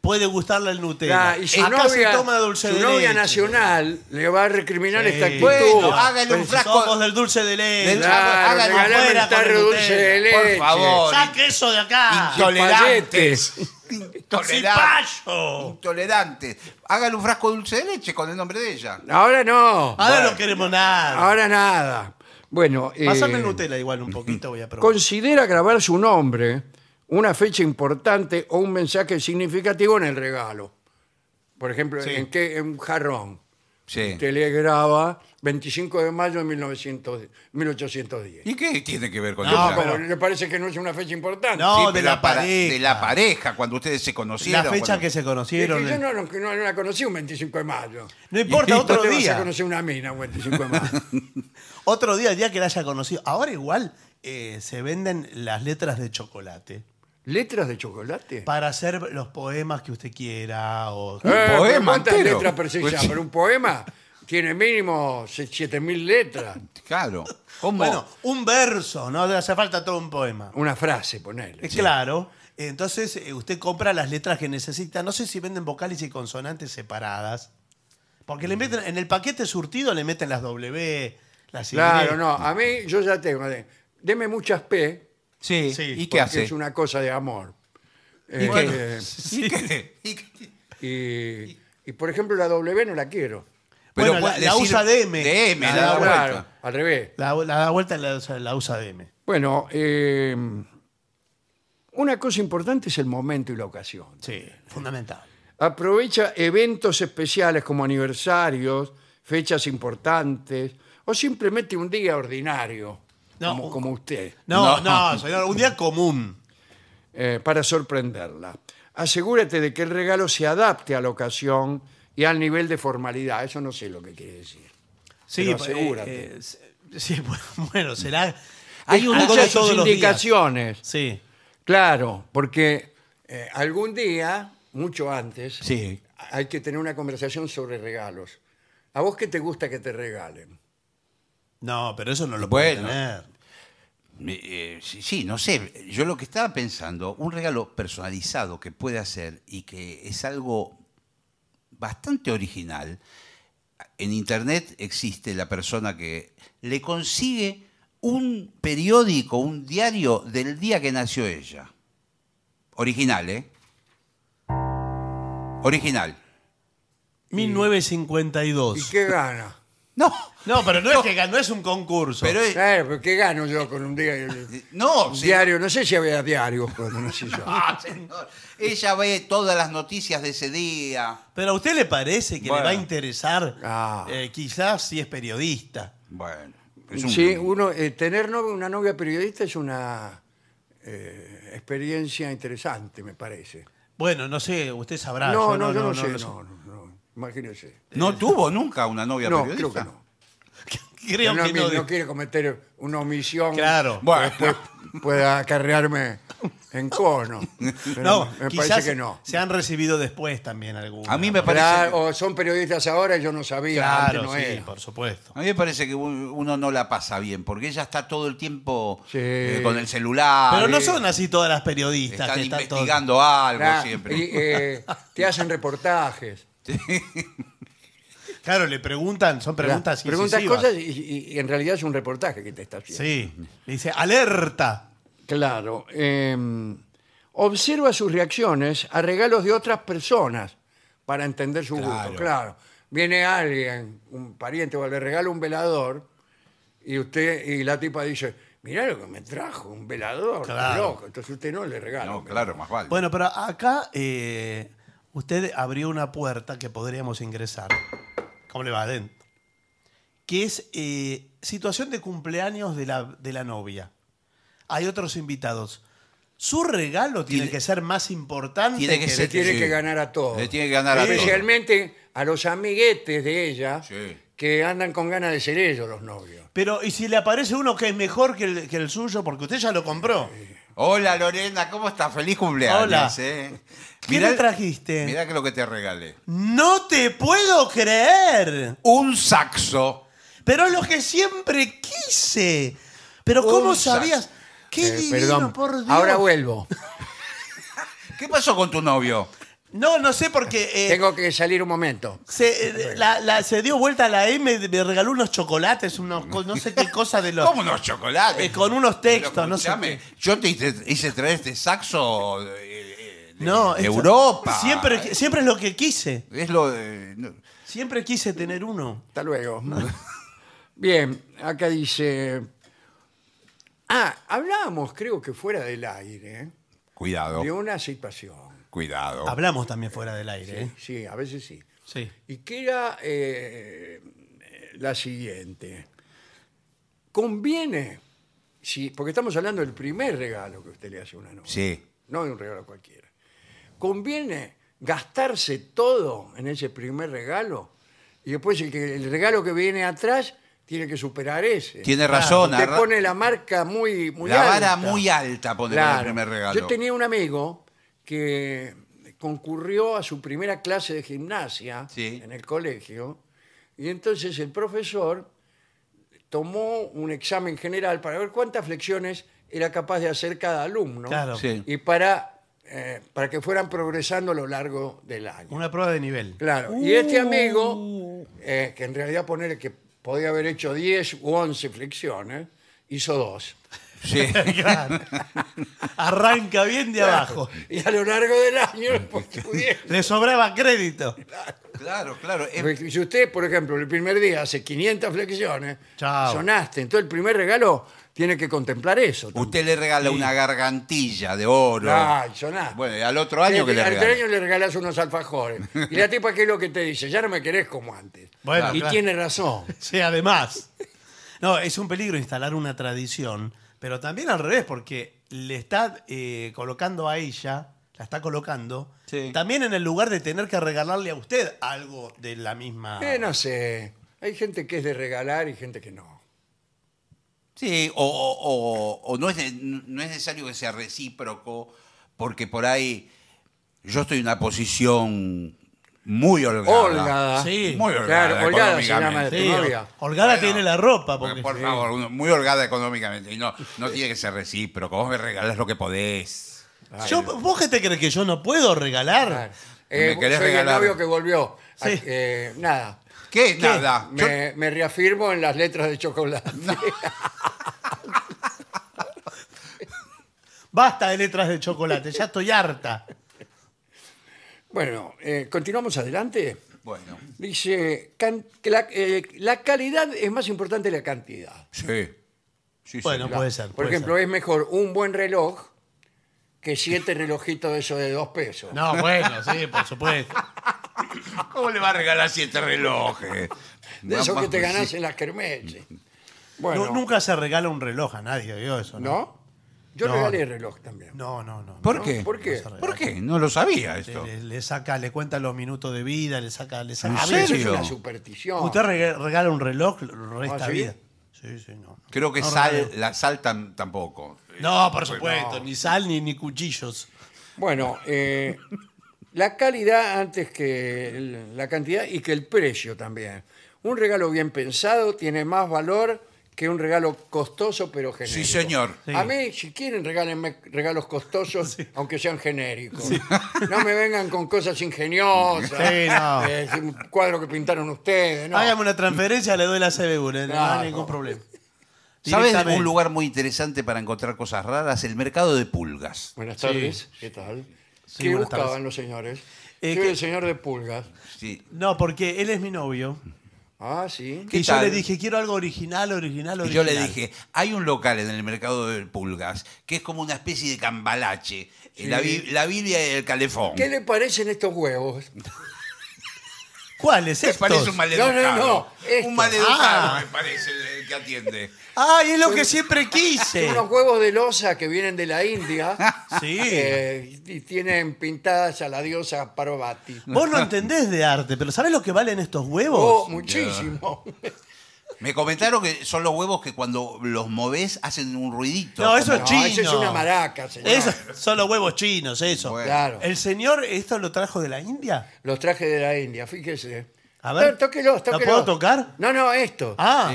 B: puede gustarle el Nutella.
A: Ah, y su
B: Acá
A: novia,
B: se toma dulce
A: su
B: de
A: novia
B: leche.
A: nacional le va a recriminar esta
B: Sí.
A: actitud.
C: Bueno, hágale un
B: Pero si
C: frasco-
B: somos del dulce de leche.
C: Del-
A: Claro,
C: hágalo
A: regalame
B: afuera
A: un tarro de
B: con
A: dulce
B: Nutella.
A: de leche.
C: Por favor.
B: ¡Saque eso de acá!
A: Y
C: Intolerantes.
A: payetes.
C: Intolerantes.
B: ¡Cipayo!
C: Intolerantes. Hágale un frasco de dulce de leche con el nombre de ella.
A: Ahora no.
B: Ahora
C: Bueno.
B: no queremos nada.
A: Ahora nada. Bueno, eh,
B: Pásame el Nutella igual un poquito, voy a probar.
A: considera grabar su nombre, una fecha importante o un mensaje significativo en el regalo. Por ejemplo,
B: Sí.
A: en, qué, en un jarrón.
C: Sí.
A: que le graba 25 de mayo de 1900 1810.
C: ¿Y qué tiene que ver con
B: No,
C: ella?
A: Como
B: pero-
A: le parece que no es una fecha importante.
B: No, de
C: pero
B: la
C: para-
B: pareja.
C: De la pareja, cuando ustedes se
B: La
C: conocieron.
B: fecha
C: cuando-
B: que se
A: Es que
B: conocieron.
A: yo
B: el-
A: no, no- no la conocí un 25 de mayo.
B: No importa,
A: ¿Vos
B: otro
A: te vas a
B: día.
A: conocer una mina un 25 de mayo.
B: Otro día, el día que la haya conocido. Ahora igual eh, se venden las letras de chocolate
A: ¿Letras de chocolate?
B: para hacer los poemas que usted quiera. o-
A: Eh, pero
C: poema
A: ¿Cuántas
C: entero.
A: letras precisa?
C: Pues sí.
A: Pero un poema tiene mínimo se- 7000 letras.
C: Claro. ¿Cómo?
B: Bueno, un verso, no hace falta todo un poema.
A: Una frase, ponele.
B: Eh, Claro. Entonces eh, usted compra las letras que necesita. No sé si venden vocales y consonantes separadas. Porque le meten, en el paquete surtido le meten las W, las Y.
A: Claro, no. A mí yo ya tengo. de- Deme muchas P,
C: sí.
B: sí,
C: ¿Y
A: porque
C: qué hace?
A: es una cosa de amor.
C: ¿Y,
A: Eh,
C: qué?
A: eh,
C: ¿Y qué? ¿Y qué?
A: Y, y, por ejemplo, la W no la quiero.
B: Bueno, la-
C: puede
B: la
C: decir-
B: usa de M.
C: De M,
B: La
C: Ah, la da
B: da
C: vuelta.
A: Claro, al revés.
B: La, la da vuelta la, usa- la usa de M.
A: Bueno, eh, una cosa importante es el momento y la ocasión.
B: Sí, fundamental.
A: Aprovecha eventos especiales como aniversarios, fechas importantes o simplemente un día ordinario,
B: No,
A: como,
B: un-
A: como usted,
B: No,
C: No.
B: no, señor, un día común.
A: eh, para sorprenderla. Asegúrate de que el regalo se adapte a la ocasión y al nivel de formalidad. Eso no sé lo que quiere decir.
B: Sí,
A: Pero
B: eh,
A: asegúrate.
B: eh, sí, bueno, bueno, será.
C: Hay una
B: algo de
A: Muchas
B: todos los días.
A: indicaciones.
B: Sí.
A: Claro, porque eh, algún día, mucho antes,
C: Sí.
A: hay que tener una conversación sobre regalos. ¿A vos qué te gusta que te regalen?
B: No, pero eso no lo
C: Bueno.
B: puede tener.
C: Me- eh, sí, sí, no sé. Yo lo que estaba pensando, un regalo personalizado que puede hacer y que es algo bastante original. En internet existe la persona que le consigue un periódico, un diario del día que nació ella. Original, ¿eh? Original.
B: 1952.
A: ¿Y qué gana?
C: No,
B: No, pero no es que ganó, es un concurso.
C: pero es-
A: Eh, pero ¿Qué gano yo con un día?
C: no,
A: un
C: sí.
A: diario, no sé si había diario cuando nací yo.
C: Ah, señor. Ella ve todas las noticias de ese día.
B: Pero a usted le parece que le
C: Bueno.
B: va a interesar,
A: Ah.
B: eh, quizás si es periodista.
C: Bueno. es un-
A: Sí, uno, eh, tener novia- una novia periodista es una eh, experiencia interesante, me parece.
B: Bueno, no sé, usted sabrá.
A: no,
B: yo
A: no, yo no, sé,
B: lo
A: no, no, no, imagínese.
C: No tuvo nunca una novia
A: No,
C: periodista.
A: creo que no.
B: Creo
A: no,
B: que no.
A: mi- no quiere cometer una omisión
B: Claro.
A: que después pueda acarrearme en cono. Pero
B: No,
A: me
B: quizás
A: parece que no.
B: Se han recibido después también algunos.
C: A mí me parece.
A: Claro, o son periodistas ahora y yo no sabía, antes
B: Claro,
A: no
B: sí,
A: era.
B: por supuesto.
C: A mí me parece que un- uno no la pasa bien, porque ella está todo el tiempo
A: Sí.
C: eh, con el
A: Ah,
C: celular.
B: Pero no
C: eh,
B: son así todas las periodistas.
C: Están
B: que están todas-
C: investigando algo
A: Claro,
C: siempre.
A: y, eh, te hacen reportajes.
B: Claro, le preguntan, son preguntas
A: Preguntas
B: incisivas.
A: cosas y- y- y en realidad es un reportaje que te está haciendo.
B: Sí, le dice, alerta.
A: Claro. eh, observa sus reacciones a regalos de otras personas para entender su gusto.
C: Claro.
A: Claro. Viene alguien, un pariente, o le regala un velador y usted y la tipa dice, mirá lo que me trajo, un velador, qué
B: Claro.
A: loco. Entonces usted no le regala.
C: No,
A: un
C: claro, más vale.
B: Bueno, pero acá eh, usted abrió una puerta que podríamos ingresar. ¿Cómo le va, Den? Que es eh, situación de cumpleaños de la, de la novia. Hay otros invitados. Su regalo tiene,
C: Tiene-
B: que ser más importante
C: tiene que
B: el
A: Le
C: ser-
A: tiene
C: Sí.
A: que ganar a todos.
C: Le tiene que ganar a todos.
A: Especialmente a los amiguetes de ella
C: Sí.
A: que andan con ganas de ser ellos los novios.
B: Pero, ¿y si le aparece uno que es mejor que el, que el suyo? Porque usted ya lo compró.
C: Eh, Hola Lorena, ¿cómo estás? Feliz cumpleaños.
B: Hola.
C: eh.
B: ¿Qué
C: Mirá-
B: le trajiste?
C: Mirá que lo que te regalé.
B: ¡No te puedo creer!
C: Un saxo.
B: Pero es lo que siempre quise. Pero ¿cómo
C: Un sax-
B: sabías? ¡Qué
A: Eh,
B: divino,
A: perdón,
B: por Dios!
A: ahora vuelvo.
C: ¿Qué pasó con tu novio?
B: No, no sé, porque eh,
A: Tengo que salir un momento.
B: se, eh, la- la- se dio vuelta a la M, me regaló unos chocolates, unos, co- no sé qué cosa de los...
C: Como unos chocolates.
B: Eh, con unos textos,
C: Pero
B: no sé
C: escuchame,
B: qué.
C: Yo te hice, hice traer este saxo eh, eh, de,
B: No,
C: de
B: esto-
C: Europa.
B: Siempre, siempre es lo que quise.
C: Es lo de- no.
B: Siempre quise tener uno.
A: Hasta luego. Bien, acá dice. Ah, hablábamos, creo que fuera del aire,
C: Cuidado,
A: de una situación.
C: cuidado.
B: Hablamos también fuera del aire, ¿eh?
A: Sí, a veces sí.
B: Sí.
A: Y que era eh, la siguiente. Conviene, si, porque estamos hablando del primer regalo que usted le hace a una novia.
C: Sí.
A: No de un regalo cualquiera. Conviene gastarse todo en ese primer regalo y después el, que- el regalo que viene atrás tiene que superar ese.
C: Tiene razón.
A: Te
C: arra-
A: pone la marca muy, muy
C: la
A: alta.
C: vara muy alta pone para
A: Claro.
C: el primer regalo.
A: Yo tenía un amigo que concurrió a su primera clase de gimnasia
C: Sí.
A: en el colegio y entonces el profesor tomó un examen general para ver cuántas flexiones era capaz de hacer cada alumno
B: Claro.
C: Sí.
A: y para, eh, para que fueran progresando a lo largo del año.
B: Una prueba de nivel. Uh,
A: Claro, y este amigo, eh, que en realidad poner que podía haber hecho 10 u 11 flexiones, hizo dos.
C: Sí.
B: Claro. Arranca bien de abajo.
A: Y a lo largo del año, pues, pudiera-
B: Le sobraba crédito.
C: claro, claro. es-
A: Em, si usted, por ejemplo, el primer día hace 500 flexiones,
B: Chao.
A: sonaste. Entonces el primer regalo tiene que contemplar eso. también.
C: usted le regala una gargantilla de oro.
A: Ay, sonaste.
C: Bueno, y al otro año que le
A: Ah, Eh, al
C: regala.
A: año le regalás unos alfajores. Y la tipa, ¿qué es lo que te dice? Ya no me querés como antes.
B: Bueno,
A: y
B: claro.
A: tiene razón.
B: Sí, además. No, es un peligro instalar una tradición, pero también al revés, porque le está eh, colocando a ella, la está colocando,
C: Sí.
B: también en el lugar de tener que regalarle a usted algo de la misma.
A: Eh, no sé. Hay gente que es de regalar y gente que no.
C: Sí, o, o- o- o no, es de- no es necesario que sea recíproco, porque por ahí yo estoy en una posición Muy holgada.
A: Holgada.
B: Sí.
C: Muy holgada.
A: Claro, holgada se llama
C: económicamente.
A: tu novia.
B: Holgada
C: Bueno,
B: tiene la ropa.
C: Porque,
B: Porque,
C: por favor, uno- muy holgada económicamente. Y no, no tiene que ser recíproco. Vos me regalás lo que podés.
B: Yo- ¿Vos qué te crees que yo no puedo regalar?
A: Claro. Eh,
C: Me querés
A: soy
C: regalar.
A: el novio que volvió.
B: Sí.
A: Ah, eh, nada.
C: ¿Qué? Nada. Ah, Yo-
A: Me, me reafirmo en las letras de chocolate.
B: Basta de letras de chocolate, ya estoy harta.
A: Bueno, eh, continuamos adelante.
C: Bueno.
A: Dice can- que la, eh, la calidad es más importante que la cantidad.
C: Sí. Sí,
B: Bueno, pues-
C: sí.
B: puede ser.
A: Por
B: puede
A: ejemplo,
B: ser.
A: es mejor un buen reloj que siete relojitos de esos de dos pesos.
B: No, bueno, sí, por supuesto.
C: ¿Cómo le va a regalar este siete relojes?
A: de esos
C: Más-
A: que te
C: sí. Mm.
A: ganás en las kermeses. Bueno,
B: No, nunca se regala un reloj a nadie, ¿vio eso?
A: ¿no? Yo
B: No.
A: regalé reloj también.
B: No, no, no.
C: ¿Por
A: ¿No?
C: qué?
A: ¿Por qué?
B: No se
C: ¿Por qué? No lo sabía esto.
B: Este, Le, le saca, le cuenta los minutos de vida, le saca, le saca.
C: ¿En
B: A
A: Pero
B: ver,
A: eso es
C: serio?
A: una superstición.
B: Usted rega- regala un reloj, lo resta
A: ¿Ah, sí?
B: vida. Sí, sí, no.
C: Creo que
B: No
C: sal,
B: regala.
C: la sal tam- tampoco.
B: No, por
C: Pues
B: supuesto,
C: no.
B: ni sal ni, ni cuchillos.
A: Bueno, eh, la calidad antes que el- la cantidad y que el precio también. Un regalo bien pensado tiene más valor que un regalo costoso pero genérico.
C: Sí, señor.
B: Sí.
A: A mí, si quieren, regálenme regalos costosos, aunque sean genéricos. No me vengan con cosas ingeniosas.
B: Sí, no.
A: eh, un cuadro que pintaron ustedes. No.
B: Hágame una transferencia, le doy la CBU, no,
A: No,
B: hay ningún
A: no.
B: problema.
C: ¿Sabes
B: Directamente.
C: un lugar muy interesante para encontrar cosas raras? El mercado de pulgas.
A: Buenas
B: Sí.
A: tardes. ¿Qué tal?
B: Sí,
A: ¿Qué
B: buenas
A: buscaban
B: tardes.
A: los señores?
B: Eh,
A: Soy
B: ¿qué-
A: el señor de pulgas.
C: Sí.
B: No, porque él es mi novio.
A: Ah, sí.
C: ¿Qué
B: Y yo
C: tal?
B: le dije, quiero algo original, original,
C: Y
B: original.
C: yo le dije, hay un local en el mercado de pulgas que es como una especie de cambalache, la, bi- la Biblia y el calefón.
A: ¿Qué le parecen estos huevos?
B: ¿cuál es
C: Me
B: esto?
C: parece un maleducado.
A: No, no, no, esto.
C: Un maleducado
B: Ah.
C: me parece el- el que atiende.
B: ¡Ay, es lo que siempre quise!
A: Unos huevos de losa que vienen de la India
B: Sí.
A: eh, y tienen pintadas a la diosa Parvati.
B: Vos no entendés de arte, pero ¿sabés lo que valen estos huevos?
A: Oh, muchísimo.
C: Me comentaron que son los huevos que cuando los movés hacen un ruidito.
B: No, eso
C: como-
B: es
A: No, eso
B: chino.
A: es una maraca, señor.
B: Eso- son los huevos chinos, eso.
C: Bueno.
A: Claro.
B: ¿El señor esto lo trajo de la India?
A: Los trajes de la India, fíjese.
B: A ver.
A: No, tóquelos,
B: ¿La
A: tóquelos.
B: puedo tocar?
A: No, no, esto.
B: Ah,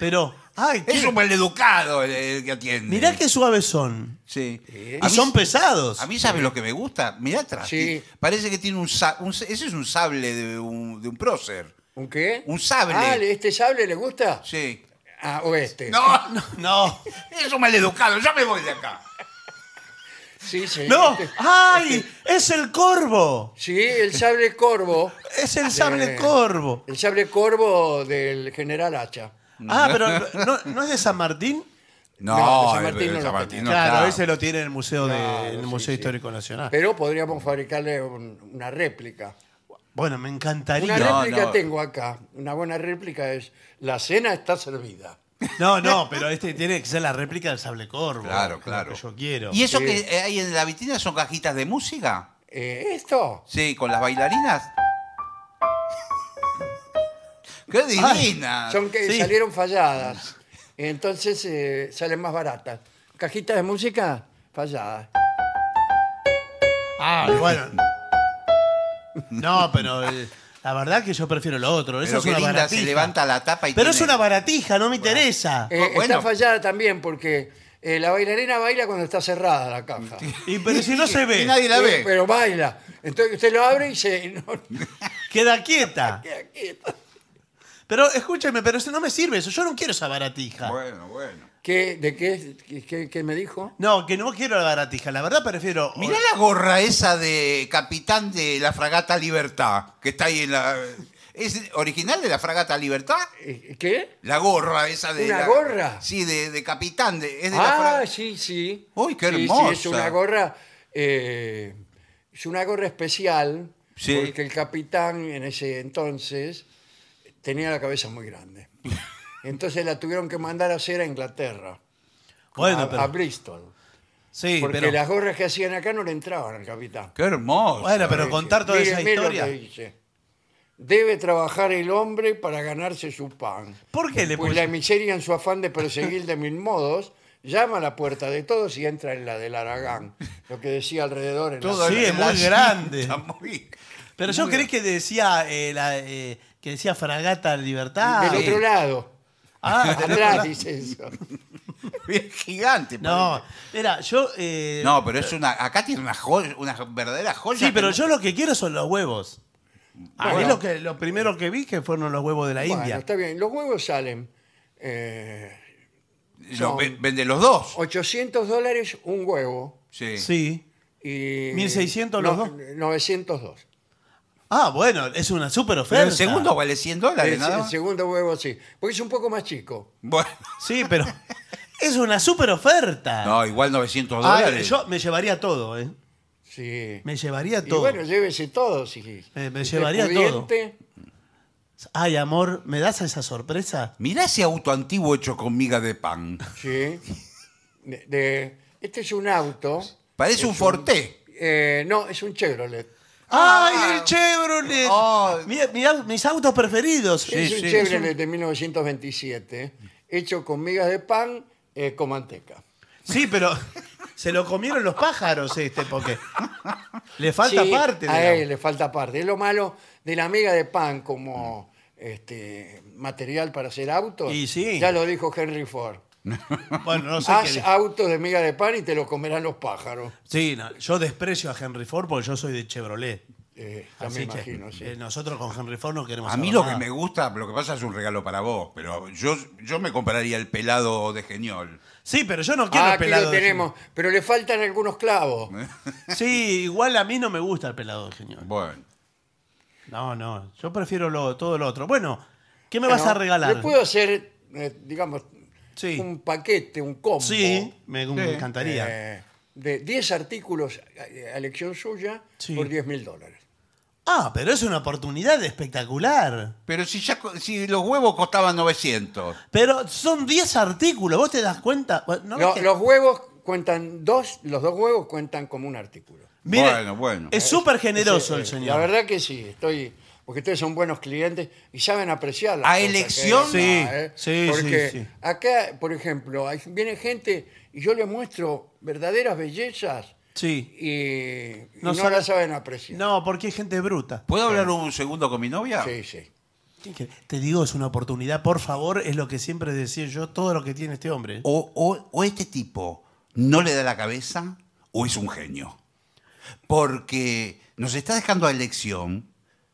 B: pero... Ay,
C: Es
B: qué-
C: un maleducado el, el que atiende.
B: Mirá qué suaves son.
C: Sí.
A: Sí.
C: eh, A
B: Y
C: mí-
B: son pesados.
C: A mí, ¿sabes lo que me gusta? Mirá atrás.
A: Sí.
C: Parece que tiene un, sa- un- Ese es un sable de un, de un prócer.
A: ¿Un qué?
C: Un sable.
A: Ah, ¿le- ¿este sable le gusta?
C: Sí.
A: Ah, o este.
C: No, no.
B: No,
C: Es un maleducado. Yo me voy de acá.
A: Sí, sí.
B: no.
A: este-
B: ¡Ay! ¡Es el corvo!
A: Sí, el sable corvo.
B: Es el sable
A: Eh.
B: corvo.
A: El sable corvo del general Hacha.
B: Ah, pero no, ¿no es de San Martín?
A: No,
C: No,
A: San Martín
C: el- el
A: no lo
C: San Martín no
B: claro,
C: está.
B: ese lo tiene en el Museo, de-
A: Claro,
B: en el
A: sí,
B: museo
A: sí.
B: Histórico Nacional.
A: Pero podríamos fabricarle un- una réplica.
B: Bueno, me encantaría.
A: Una
C: No,
A: réplica
C: no.
A: tengo acá. Una buena réplica es la cena está servida.
B: No, no, pero este tiene que ser la réplica del sable corvo.
C: Claro,
B: que es
C: claro.
B: Lo que yo quiero.
C: ¿Y eso
A: Sí.
C: que hay en la vitrina son cajitas de música?
A: Eh, ¿Esto?
C: Sí, con las bailarinas. ¡Qué divina!
A: Son que
B: Sí.
A: salieron falladas. Entonces eh, salen más baratas. Cajitas de música falladas.
B: Ah, bueno. No, pero eh, la verdad que yo prefiero lo otro. Eso
C: Pero
B: es
C: qué
B: una
C: linda,
B: baratija.
C: se levanta la tapa y
B: Pero es
C: tiene-
B: una baratija, no me interesa.
A: Eh,
C: Ah,
A: Está
C: bueno.
A: fallada también porque eh, la bailarina baila cuando está cerrada la caja.
B: Y pero si no se
C: Y
B: ve,
C: nadie la
A: Sí,
C: ve.
A: Pero baila. Entonces usted lo abre y se... no,
B: queda quieta.
A: queda quieto.
B: Pero escúcheme, pero eso no me sirve eso. Yo no quiero esa baratija.
C: Bueno, bueno.
A: ¿Qué- ¿De qué, qué- qué- qué me dijo?
B: No, que no quiero la baratija. La verdad prefiero.
C: Mirá la gorra esa de capitán de la fragata Libertad, que está ahí en la... ¿Es original de la fragata Libertad?
A: Eh, ¿Qué?
C: La gorra esa de...
A: ¿Una
C: la-
A: gorra?
C: Sí, de, de capitán. De, es de la
A: Ah,
C: fra-
A: sí, sí.
C: Uy, qué
A: Sí, sí, es
C: hermosa.
A: una gorra, eh, es una gorra especial,
C: Sí.
A: porque el capitán en ese entonces tenía la cabeza muy grande. Entonces la tuvieron que mandar a hacer a Inglaterra,
B: Bueno,
C: Ah,
A: a,
B: pero-
A: a Bristol.
B: Sí,
A: Porque
B: pero.
A: las gorras que hacían acá no le entraban al capitán.
C: Qué hermoso.
B: Bueno, pero contar toda
A: Mire,
B: esa
A: mire lo
B: historia.
A: que dice. Debe trabajar el hombre para ganarse su pan.
B: ¿Por qué le
A: Pues
B: puse-
A: la miseria en su afán de perseguir de mil modos llama a la puerta de todos y entra en la del Aragán, lo que decía alrededor en la
C: Todo
B: Sí,
C: el-
B: es muy
C: la cinta,
B: grande.
C: muy-
B: Pero yo creí que decía eh, la, eh, que decía Fragata
A: Del
B: Libertad.
C: sí.
A: otro lado.
B: Ah, del otro
A: Atrás
B: lado.
A: dice eso.
C: bien gigante.
B: no,
C: parece.
B: mira, yo eh,
C: No, pero es una. Acá tiene una joya, una verdadera joya.
B: Sí,
C: que
B: pero
C: no-
B: yo lo que quiero son los huevos. A mí
A: Bueno.
B: lo, que, lo primero que vi que fueron los huevos de la
A: Bueno,
B: India.
A: está bien. Los huevos salen eh,
C: Lo
A: no.
C: ven- vende los dos.
A: 800 dólares un huevo
C: Sí.
B: Sí.
A: y...
B: 1600 los dos.
A: 902.
B: Ah, bueno, es una super
C: Pero
B: oferta.
C: el segundo vale 100 dólares,
A: El-
C: nada
A: el
C: más.
A: segundo huevo sí, porque es un poco más chico.
C: Bueno,
B: Sí, pero es una super oferta.
C: no, igual 900
B: Ah,
C: dólares.
B: yo me llevaría todo, ¿eh?
A: Sí.
B: Me llevaría
A: Y
B: todo.
A: bueno, llévese todo. Si,
B: me
A: si usted
B: llevaría
A: es
B: todo.
A: pudiente.
B: Ay, amor, ¿me das esa sorpresa?
C: Mirá ese auto antiguo hecho con miga de pan.
A: Sí. De- de- este es un auto.
C: Parece un Forte.
A: eh, no, es un Chevrolet. Ah.
B: ¡Ay, el Chevrolet!
C: Ay.
B: Mirá- mirá mis autos preferidos.
A: es un
C: sí, es
A: Chevrolet de 1927, hecho con migas de pan eh, con manteca.
B: Sí, pero se lo comieron los pájaros este, porque le falta
A: Sí,
B: parte.
A: A
B: de la-
A: él le falta parte. Es lo malo de la miga de pan como este material para hacer autos.
B: Y sí.
A: Ya lo dijo Henry Ford.
B: Bueno, no sé qué
A: Haz
B: le-
A: autos de miga de pan y te lo comerán los pájaros.
B: Sí, no, yo desprecio a Henry Ford porque yo soy de Chevrolet.
A: Eh, ya me
B: Así que
A: imagino, sí.
B: eh, nosotros con Henry Ford no queremos
C: A mí
B: saber
C: lo que
B: nada.
C: me gusta, lo que pasa es un regalo para vos, pero yo, yo me compraría el pelado de Geniol.
B: Sí, pero yo no quiero
A: Ah,
B: el
A: aquí
B: pelado.
A: lo
B: de
A: tenemos, pero le faltan algunos clavos.
B: Geniol. Sí, igual a mí no me gusta el pelado de Geniol.
C: Bueno.
B: No, no, yo prefiero lo- todo lo otro. Bueno, ¿qué me vas
A: Bueno,
B: a regalar?
A: Le puedo hacer, eh, digamos,
B: Sí.
A: un paquete, un combo.
B: Sí, me, me
C: Sí.
B: encantaría.
A: eh, de 10 artículos eh, a elección suya
B: Sí.
A: por 10 mil dólares.
B: Ah, pero es una oportunidad espectacular.
C: Pero si ya co- si los huevos costaban 900.
B: Pero son 10 artículos, ¿vos te das cuenta? Bueno, ¿no ves
A: Lo-
B: que-
A: Los huevos cuentan dos, los dos huevos cuentan como un artículo.
B: Mire,
C: Bueno, bueno.
B: Es súper
A: Eh,
B: generoso
A: Sí,
B: el
A: eh,
B: señor.
A: La verdad que sí, estoy. Porque ustedes son buenos clientes y saben apreciar las
C: ¿A
A: cosas que
C: elección?
A: hay,
B: Sí,
A: ¿eh?
B: sí, sí,
A: Porque
B: sí.
A: acá, por ejemplo, hay- viene gente y yo les muestro verdaderas bellezas
B: Sí.
A: y y no,
B: No sabe-
A: la saben apreciar.
B: No, porque hay gente bruta.
C: ¿Puedo hablar un segundo con mi novia?
A: Sí, sí.
B: Te digo, es una oportunidad, por favor, es lo que siempre decía yo, todo lo que tiene este hombre.
C: O, o- o este tipo no le da la cabeza o es un genio. Porque nos está dejando a elección,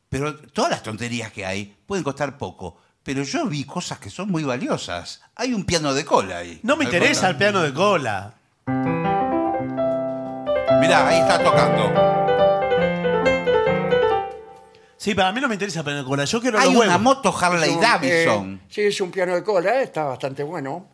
C: pero todas las tonterías que hay pueden costar poco. Pero yo vi cosas que son muy valiosas. Hay un piano de cola ahí.
B: No me interesa el piano de cola.
C: Mirá, ahí está tocando.
B: Sí, para mí no me interesa el piano de cola, yo quiero
C: Hay
B: los
C: una
B: huevos.
C: moto
A: Es
C: Harley
A: un,
C: Davidson.
A: eh, sí, es un piano de cola, eh, está bastante bueno.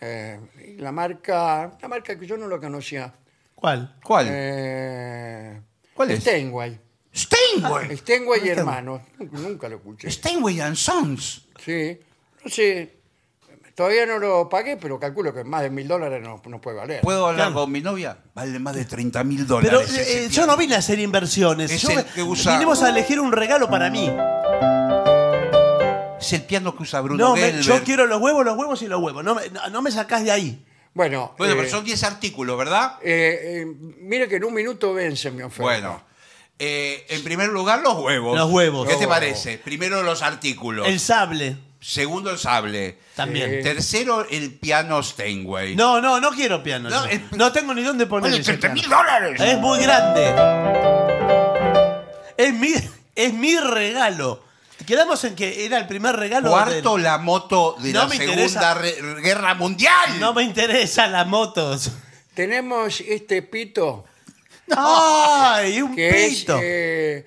A: Eh, y la marca, la marca que yo no lo conocía.
B: ¿Cuál?
C: ¿Cuál?
A: Eh,
C: ¿Cuál es?
A: Steinway.
C: Steinway.
A: Steinway y hermanos. Nunca lo escuché.
C: Steinway and Sons.
A: Sí. No sé. Todavía no lo pagué, pero calculo que más de mil dólares no, no puede valer.
C: ¿Puedo hablar
B: Claro.
C: con mi novia? Vale más de 30 mil
B: Pero
C: dólares. ese
B: eh, yo
C: piano.
B: no vine a hacer inversiones.
C: Es
B: Yo
C: el
B: me-
C: que usa-
B: Vinimos a elegir un regalo para mí.
C: Es el piano que usa Bruno
B: No, me- yo
C: Gelber.
B: quiero los huevos, los huevos y los huevos. No me, no, no me sacás de ahí.
A: Bueno,
C: Bueno,
A: eh,
C: pero son 10 artículos, ¿verdad?
A: eh, eh, mire que en un minuto vence mi oferta.
C: Bueno. eh, en primer lugar, los huevos.
B: Los huevos.
C: ¿Qué
A: Los
C: te
A: huevos.
C: parece? Primero los artículos.
B: El sable
C: Segundo, el sable.
A: Eh,
B: también.
C: Tercero, el piano Steinway.
B: No, no, no quiero piano.
C: No,
B: yo. No,
C: el-
B: tengo ni dónde poner
C: ¡Vale
B: ese
C: 30 mil
B: piano.
C: dólares!
B: Es muy grande. Es mi, es mi regalo. Quedamos en que era el primer regalo.
C: Cuarto,
B: del-
C: la moto de
B: No
C: la
B: me
C: Segunda
B: interesa.
C: Re- Guerra Mundial.
B: No me interesan las motos.
A: Tenemos este pito
B: ¡Ay! Un
A: que es,
B: pito.
A: eh,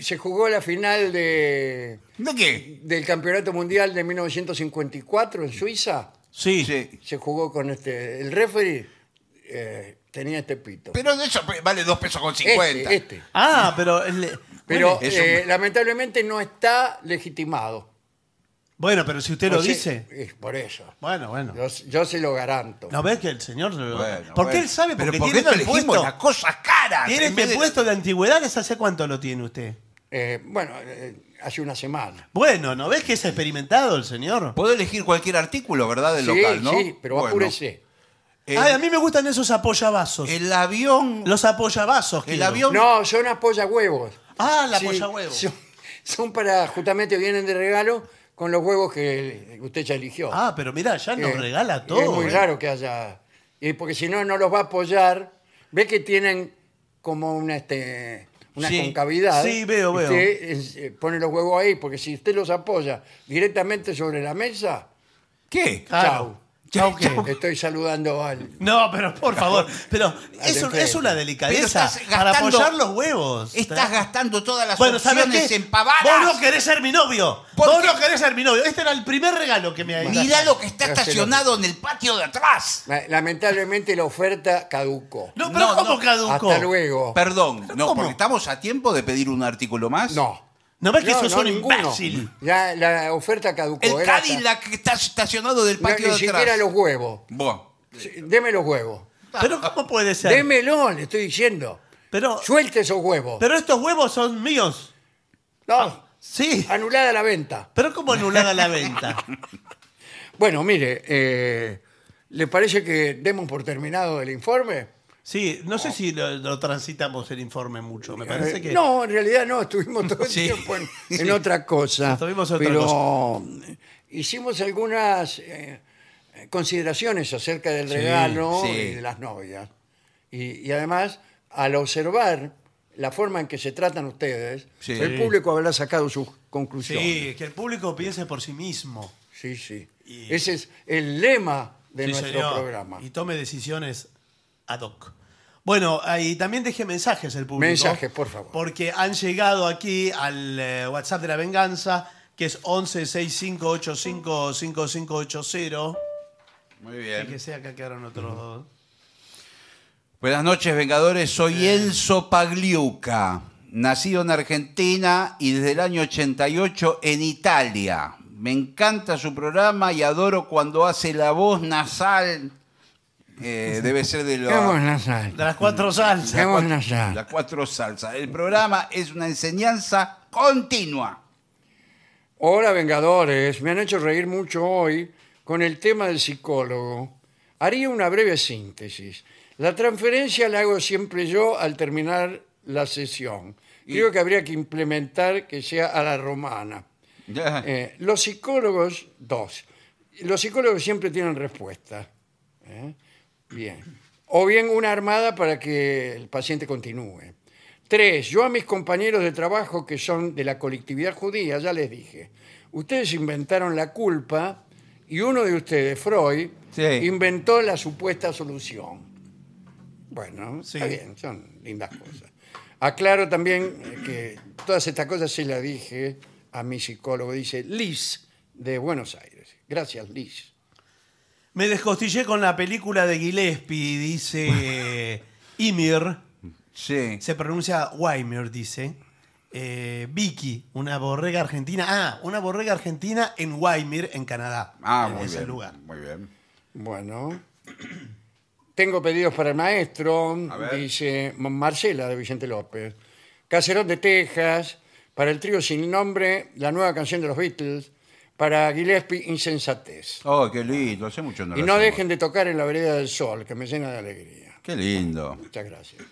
A: se jugó la final de,
C: ¿De qué?
A: del Campeonato Mundial de 1954 en Suiza.
B: sí.
C: Sí.
A: Se jugó con este. El referee eh, tenía este pito.
C: Pero de eso pe- vale 2 pesos con 50.
A: Este, este.
B: Ah, pero. el-
A: Pero
C: es un-
A: eh, lamentablemente no está legitimado.
B: Bueno, pero si usted lo
A: O sea,
B: dice.
A: es por eso.
B: Bueno, bueno.
A: Yo, yo se lo garanto.
B: ¿No ves que el señor.? lo-
C: Bueno,
B: porque
C: bueno.
B: él sabe
C: Pero
B: porque
C: ¿por qué
B: tiene
C: no
B: este
C: elegimos
B: puesto.
C: las cosas caras?
B: Tiene
C: en
B: este
C: vez de-
B: puesto de antigüedades. ¿Hace cuánto lo tiene usted?
A: Eh, bueno, eh, hace una semana.
B: Bueno, ¿no ves que es experimentado el señor?
C: Puedo elegir cualquier artículo, ¿verdad? Del
A: sí,
C: local, ¿no?
A: sí, pero
C: Bueno. eh,
A: apúrese.
C: El,
B: Ay, a mí me gustan esos apoyavasos.
C: el avión.
B: Los apoyavasos.
C: el
B: quiero.
C: avión.
A: No, son apoyahuevos.
B: Ah, la
A: Sí,
B: apoyahuevo.
A: Son, son para, justamente vienen de regalo con los huevos que usted ya eligió.
B: Ah, pero mira, ya nos
A: Eh,
B: regala
A: Es
B: todo.
A: muy
B: ¿eh?
A: raro que haya. Y porque si no, no los va a apoyar. Ve que tienen como una, este, una
B: Sí.
A: concavidad.
B: Sí, veo, veo.
A: Usted es, eh, pone los huevos ahí, porque si usted los apoya directamente sobre la mesa, Eh,
C: ¿Qué?
B: Claro. Chau, ¿qué?
A: estoy saludando al.
B: No, pero por favor, pero es, un-
A: enfrente.
B: es una
C: Pero
B: delicadeza
C: estás
B: para
C: gastando-
B: apoyar los huevos.
C: Estás gastando todas las
B: bueno, ¿sabes
C: opciones
B: qué?
C: en pavadas.
B: Vos no querés ser mi novio.
C: ¿Por
B: Vos
C: qué?
B: no querés ser mi novio. Este era el primer regalo que me habías
C: Mirá
B: dado.
C: lo que está
A: Pero se lo-
C: estacionado en el patio de atrás.
A: La- Lamentablemente la oferta caducó.
B: No, pero
C: No,
B: ¿cómo
C: no.
B: caducó?
A: Hasta luego.
C: Perdón, no,
B: ¿cómo?
C: porque estamos a tiempo de pedir un artículo más.
A: No.
B: No ves que
A: No,
B: sos
A: no,
B: un
A: ninguno.
B: imbécil.
A: Ya la oferta caducó.
C: El
A: era hasta-
C: Cadillac que está estacionado del
A: No,
C: patio
A: ni
C: de
A: siquiera
C: atrás.
A: los huevos.
C: Bueno,
A: Sí, Deme los huevos.
B: Pero ¿cómo puede ser?
A: Démelo, le estoy diciendo.
B: Pero,
A: Suelte esos huevos.
B: pero estos huevos son míos.
A: no,
B: Sí.
A: anulada la venta.
B: Pero ¿cómo anulada la venta?
A: Bueno, mire, eh, ¿le parece que demos por terminado el informe?
B: Sí, no sé si lo, lo transitamos el informe mucho. Me parece
A: Eh,
B: que.
A: No, en realidad no, estuvimos todo el
C: Sí.
A: tiempo en,
C: Sí.
A: en otra cosa.
B: Estuvimos en otra
A: pero eh, hicimos algunas eh, consideraciones acerca del regalo
C: sí.
A: y de las novias. Y, y además, al observar la forma en que se tratan ustedes,
C: Sí.
A: el público habrá sacado sus conclusiones.
B: Sí, que el público piense por sí mismo.
A: Sí, sí.
B: Y-
A: Ese es el lema de
B: Sí,
A: nuestro
B: señor.
A: programa.
B: Y tome decisiones ad hoc. Bueno, y también deje mensajes el público.
A: Mensajes, por favor.
B: Porque han llegado aquí al eh, WhatsApp de la venganza, que es 1165855580.
C: muy
B: Y
C: bien.
B: que sea acá quedaron otros dos.
C: Buenas noches, Vengadores. Soy Enzo Pagliuca, nacido en Argentina y desde el año 88 en Italia. Me encanta su programa y adoro cuando hace la voz nasal. Eh, debe ser de
A: Qué
C: la,
A: buena sal.
B: De las cuatro salsas.
A: Qué buena sal.
C: la cuatro salsas. El programa es una enseñanza continua.
A: Hola, Vengadores. Me han hecho reír mucho hoy con el tema del psicólogo. Haría una breve síntesis. La transferencia la hago siempre yo al terminar la sesión. Creo que habría que implementar que sea a la romana. Eh, los psicólogos, dos. Los psicólogos siempre tienen respuesta. ¿eh? Bien. O bien una armada para que el paciente continúe. Tres, yo a mis compañeros de trabajo que son de la colectividad judía, ya les dije, ustedes inventaron la culpa y uno de ustedes, Freud,
C: Sí.
A: inventó la supuesta solución. Bueno,
B: Sí.
A: está bien, son lindas cosas. Aclaro también eh, que todas estas cosas se las dije a mi psicólogo, dice Liz de Buenos Aires. Gracias, Liz.
B: Me descostillé con la película de Gillespie, dice Ymir.
C: Sí.
B: Se pronuncia Weimer, dice. Eh, Vicky, una borrega argentina. Ah, una borrega argentina en Waimir, en Canadá.
C: Ah,
B: en
C: muy
B: ese
C: bien.
B: lugar.
C: Muy bien.
A: Bueno, tengo pedidos para el maestro,
C: A ver.
A: dice Marcela de Vicente López. Caserón de Texas, para el trío sin nombre, la nueva canción de los Beatles, para Gillespie Insensatez.
C: Oh, qué lindo. Hace mucho no
A: Y
C: lo
A: no
C: hacemos.
A: dejen de tocar en la vereda del sol, que me llena de alegría.
C: Qué lindo.
A: Muchas gracias.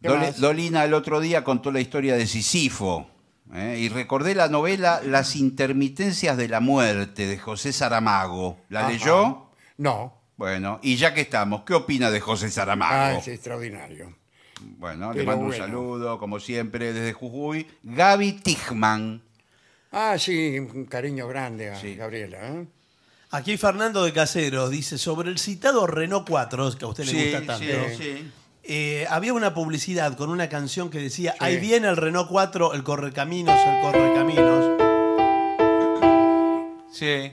A: ¿Qué
C: Dol-
A: más?
C: Dolina el otro día contó la historia de Sisifo ¿eh? y recordé la novela Las intermitencias de la muerte de José Saramago. ¿La
A: Ajá.
C: leyó?
A: No.
C: Bueno, y ya que estamos, ¿qué opina de José
A: Ah,
C: Saramago?
A: es extraordinario.
C: Bueno, le
A: Pero
C: mando un
A: bueno.
C: saludo, como siempre, desde Jujuy. Gaby Tichman.
A: Ah, sí, un cariño grande a
C: Sí.
A: Gabriela. ¿eh?
B: Aquí Fernando de Caseros dice sobre el citado Renault 4, que a usted le gusta tanto. Eh, había una publicidad con una canción que decía: Ahí viene el Renault 4, el correcaminos, el correcaminos.
C: Sí.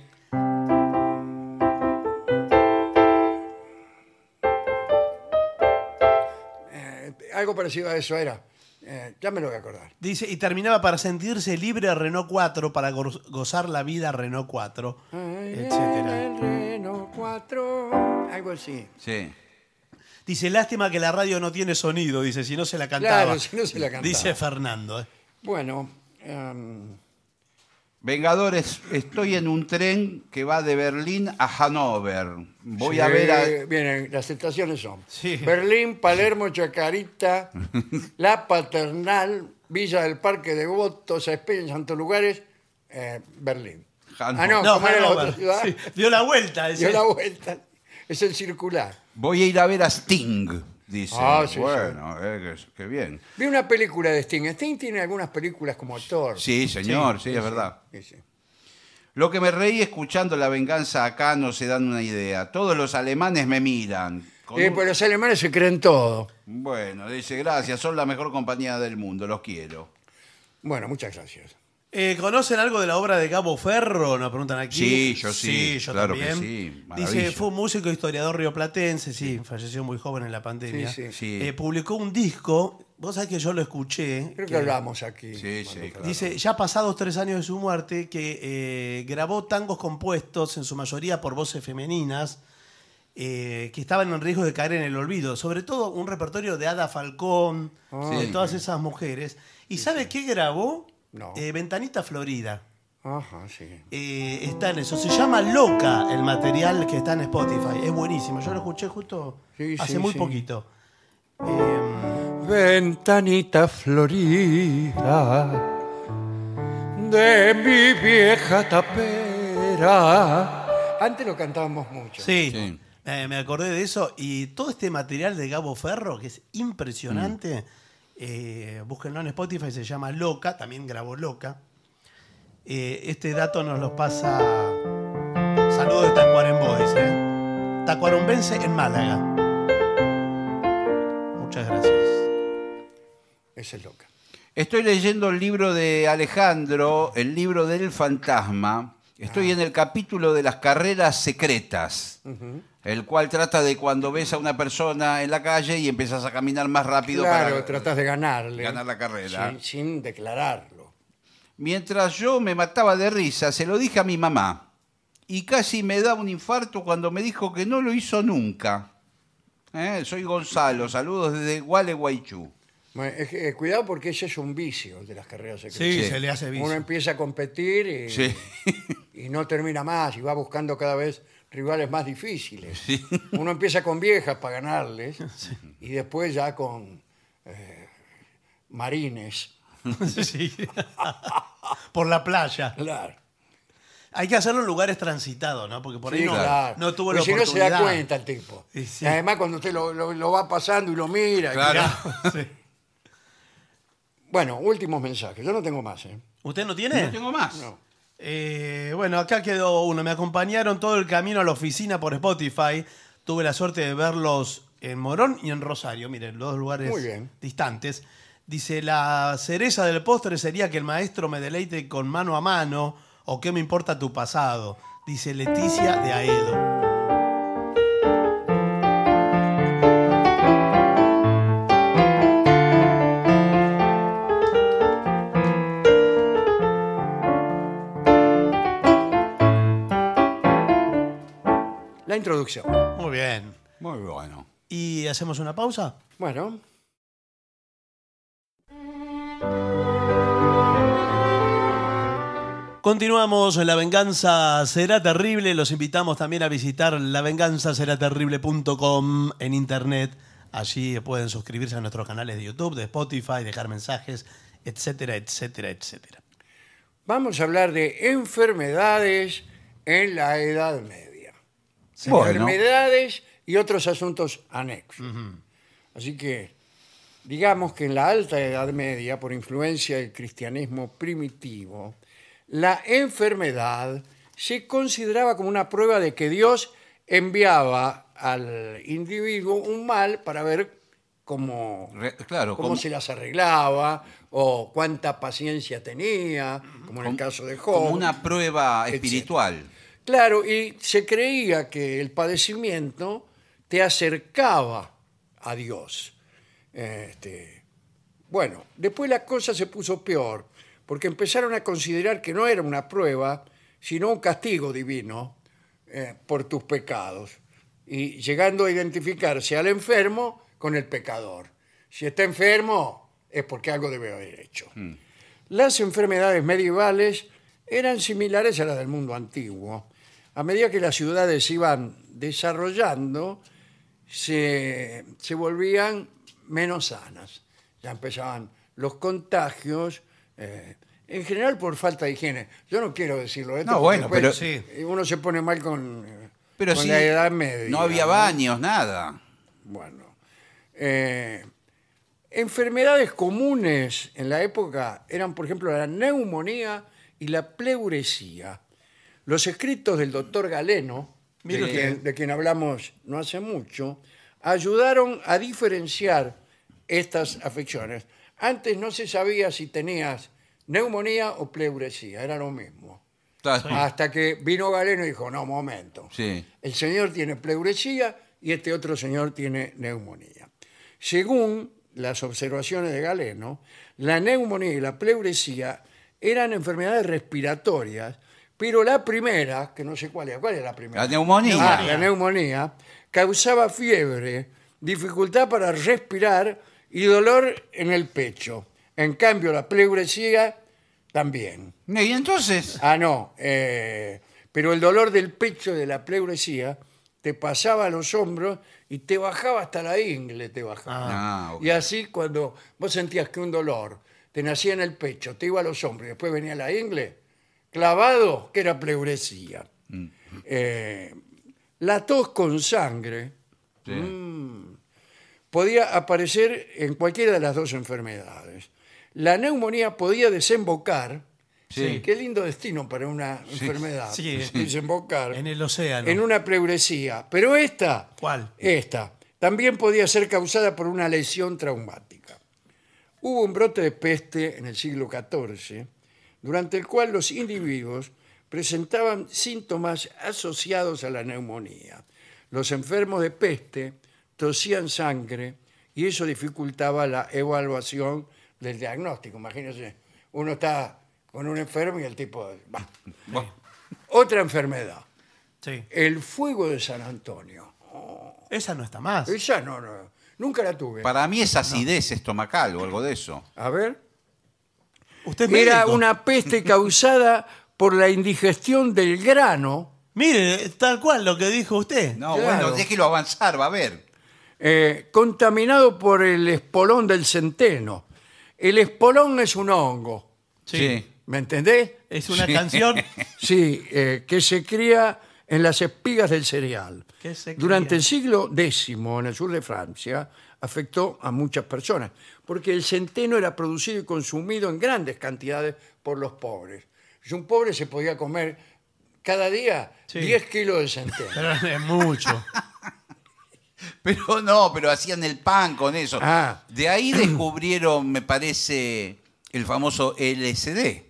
A: Eh, algo parecido a eso era. Eh, ya me lo voy a acordar.
B: Dice, y terminaba para sentirse libre Renault 4, para go- gozar la vida Renault 4, etcétera.
A: El Renault 4, algo así.
C: Sí.
B: Dice, lástima que la radio no tiene sonido, dice, si no se la cantaba.
A: Claro, si no se la cantaba.
B: Dice Fernando. eh.
A: Bueno, em,
C: Vengadores, estoy en un tren que va de Berlín a Hannover. Voy a
A: Sí,
C: ver a...
A: Miren, eh, las estaciones son
B: Sí.
A: Berlín, Palermo, Chacarita, La Paternal, Villa del Parque de Votos, Espera en Santos Lugares, eh, Berlín.
C: Hannover.
A: Ah, no,
B: No,
A: ¿cómo era la otra
B: Hanover.
A: ciudad?
B: Sí, Dio la vuelta. ese.
A: Dio la vuelta. Es el circular.
C: Voy a ir a ver a Sting, dice.
A: Ah, sí, sí.
C: bueno, eh, qué- qué bien.
A: Vi una película de Sting. Sting tiene algunas películas como actor.
C: Sí, señor, sí, es verdad.
A: Sí, sí.
C: Lo que me reí escuchando la venganza acá no se dan una idea. Todos los alemanes me miran. con
A: Eh,
C: un-
A: pues los alemanes se creen todo.
C: Bueno, dice, gracias, son la mejor compañía del mundo, los quiero.
A: Bueno, muchas gracias.
B: Eh, ¿Conocen algo de la obra de Gabo Ferro? Nos preguntan aquí.
C: Sí, yo sí,
B: yo
C: claro que
B: también.
C: sí, maravilla.
B: Dice, fue un músico e historiador rioplatense, sí, falleció muy joven en la pandemia.
A: Sí, sí.
C: Sí.
B: Eh, publicó un disco, vos sabés que yo lo escuché.
A: Creo que
B: que-
A: hablamos aquí.
C: Sí, sí,
A: Cuando-
C: claro.
B: Dice, ya pasados tres años de su muerte, que eh, grabó tangos compuestos, en su mayoría por voces femeninas, eh, que estaban en riesgo de caer en el olvido. Sobre todo un repertorio de Ada Falcón,
A: Ah.
B: de
C: Sí.
B: todas esas mujeres. ¿Y sabe qué grabó?
A: No.
B: Eh, Ventanita Florida.
A: Ajá, sí.
B: Eh, está en eso. Se llama Loca el material que está en Spotify. Es buenísimo. Yo lo escuché justo
A: Sí,
B: hace
A: sí,
B: muy
A: sí.
B: poquito. Eh,
A: Ventanita florida de mi vieja tapera. Antes lo cantábamos mucho.
B: sí.
C: Sí.
B: Eh, me acordé de eso. Y todo este material de Gabo Ferro, que es impresionante,
A: Mm.
B: eh, búsquenlo en Spotify, se llama Loca. También grabó Loca. Eh, este dato nos lo pasa. Saludos de Tacuarembó, dice. ¿eh? Tacuarumbense en Málaga. Muchas gracias.
A: Esa es loca.
C: Estoy leyendo el libro de Alejandro, el libro del fantasma.
A: Ah.
C: Estoy en el capítulo de las carreras secretas, el cual trata de cuando ves a una persona en la calle y empiezas a caminar más rápido
A: Claro,
C: para
A: tratás de ganarle.
C: ganar la carrera.
A: Sin, sin declararlo.
C: Mientras yo me mataba de risa, se lo dije a mi mamá. Y casi me da un infarto cuando me dijo que no lo hizo nunca. Eh, Soy Gonzalo, saludos desde Gualeguaychú.
A: Bueno, es que, eh, cuidado porque ese es un vicio de las carreras secretas.
B: Sí,
C: Sí.
B: se le hace vicio.
A: Uno empieza a competir y,
C: Sí.
A: y no termina más y va buscando cada vez rivales más difíciles. Uno empieza con viejas para ganarles y después ya con eh, marines.
B: Sí. Por la playa.
A: Claro.
B: Hay que hacerlo en lugares transitados, ¿no? Porque por ahí
A: Sí,
B: no,
A: claro.
B: no tuvo
A: Porque
B: la
A: si no
B: oportunidad.
A: se da cuenta el tipo.
B: Y sí.
A: Y además cuando usted lo, lo- lo va pasando y lo mira. y
C: Claro.
A: mira.
B: Sí.
A: Bueno, últimos mensajes. Yo no tengo más. ¿eh?
B: ¿Usted no tiene?
C: No tengo más.
A: No.
B: Eh, bueno, acá quedó uno. Me acompañaron todo el camino a la oficina por Spotify. Tuve la suerte de verlos en Morón y en Rosario. Miren, los dos lugares
A: Muy bien.
B: distantes. Dice, la cereza del postre sería que el maestro me deleite con mano a mano o qué me importa tu pasado. Dice Leticia de Aedo.
A: La introducción.
B: Muy bien.
C: Muy bueno.
B: ¿Y hacemos una pausa?
A: Bueno.
B: Continuamos, La Venganza Será Terrible. Los invitamos también a visitar lavenganzaseraterrible.com en internet. Allí pueden suscribirse a nuestros canales de YouTube, de Spotify, dejar mensajes, etcétera, etcétera, etcétera.
A: Vamos a hablar de enfermedades en la Edad Media.
C: Bueno.
A: Enfermedades y otros asuntos anexos. Así que digamos que en la Alta Edad Media, por influencia del cristianismo primitivo, la enfermedad se consideraba como una prueba de que Dios enviaba al individuo un mal para ver cómo
C: Re- claro,
A: cómo
C: como-
A: se las arreglaba o cuánta paciencia tenía, como en el caso de Job.
C: Como una prueba
A: etcétera.
C: espiritual.
A: Claro, y se creía que el padecimiento te acercaba a Dios. Este, bueno, después la cosa se puso peor, porque empezaron a considerar que no era una prueba, sino un castigo divino eh, por tus pecados, y llegando a identificarse al enfermo con el pecador. Si está enfermo, es porque algo debe haber hecho. Las enfermedades medievales eran similares a las del mundo antiguo. A medida que las ciudades iban desarrollando, se, se volvían menos sanas. Ya empezaban los contagios, eh, en general por falta de higiene. Yo no quiero decirlo. esto
C: No,
A: porque
C: bueno,
A: después
C: pero-
B: Sí.
A: eh, uno se pone mal con, eh,
C: Pero
A: con
C: sí,
A: la edad media.
C: no había baños, nada.
A: Bueno. eh, enfermedades comunes en la época eran, por ejemplo, la neumonía y la pleuresía. Los escritos del doctor Galeno,
B: Mire
A: de
B: usted.
A: quien, de quien hablamos no hace mucho, ayudaron a diferenciar estas afecciones. Antes no se sabía si tenías neumonía o pleuresía, era lo mismo.
C: Claro.
A: Hasta que vino Galeno y dijo, no, momento.
C: Sí.
A: El señor tiene pleuresía y este otro señor tiene neumonía. Según las observaciones de Galeno, la neumonía y la pleuresía eran enfermedades respiratorias, pero la primera, que no sé cuál era, ¿cuál era la primera?
C: La neumonía.
A: Ah, la neumonía, causaba fiebre, dificultad para respirar y dolor en el pecho. En cambio, la pleuresía también.
C: Y entonces,
A: Ah, no. eh, pero el dolor del pecho de la pleuresía te pasaba a los hombros y te bajaba hasta la ingle, te bajaba.
C: Ah, ok.
A: Y así cuando vos sentías que un dolor te nacía en el pecho, te iba a los hombros y después venía la ingle, clavado, que era pleuresía.
C: Mm.
A: Eh, la tos con sangre
C: sí.
A: Mm. podía aparecer en cualquiera de las dos enfermedades. La neumonía podía desembocar,
C: Sí.
A: qué lindo destino para una enfermedad,
B: Sí.
A: desembocar
B: En el océano.
A: en una pleuresía. Pero esta,
B: ¿Cuál?
A: esta, también podía ser causada por una lesión traumática. Hubo un brote de peste en el siglo XIV, durante el cual los individuos presentaban síntomas asociados a la neumonía. Los enfermos de peste tosían sangre y eso dificultaba la evaluación del diagnóstico. Imagínense, uno está con un enfermo y el tipo... "Bah".
C: Bueno,
A: Otra enfermedad.
B: Sí.
A: El fuego de San Antonio.
B: Esa no está más.
A: Esa no, no, nunca la tuve.
C: para mí es acidez estomacal o algo de eso.
A: A ver.
B: Usted es
A: Era
B: médico.
A: una peste causada por la indigestión del grano.
B: Mire, tal cual lo que dijo usted.
C: No,
A: Claro.
C: bueno, déjelo avanzar, va a ver.
A: eh, contaminado por el espolón del centeno. El espolón es un hongo,
B: Sí.
A: ¿me entendés?
B: Es una canción.
A: Sí, eh, que se cría en las espigas del cereal.
B: Que se cría.
A: Durante el siglo X, en el sur de Francia, afectó a muchas personas, porque el centeno era producido y consumido en grandes cantidades por los pobres. Y un pobre se podía comer cada día
B: Sí.
A: 10 kilos de centeno.
B: Pero es mucho.
C: Pero no, pero hacían el pan con eso.
A: Ah.
C: De ahí descubrieron, me parece, el famoso LSD,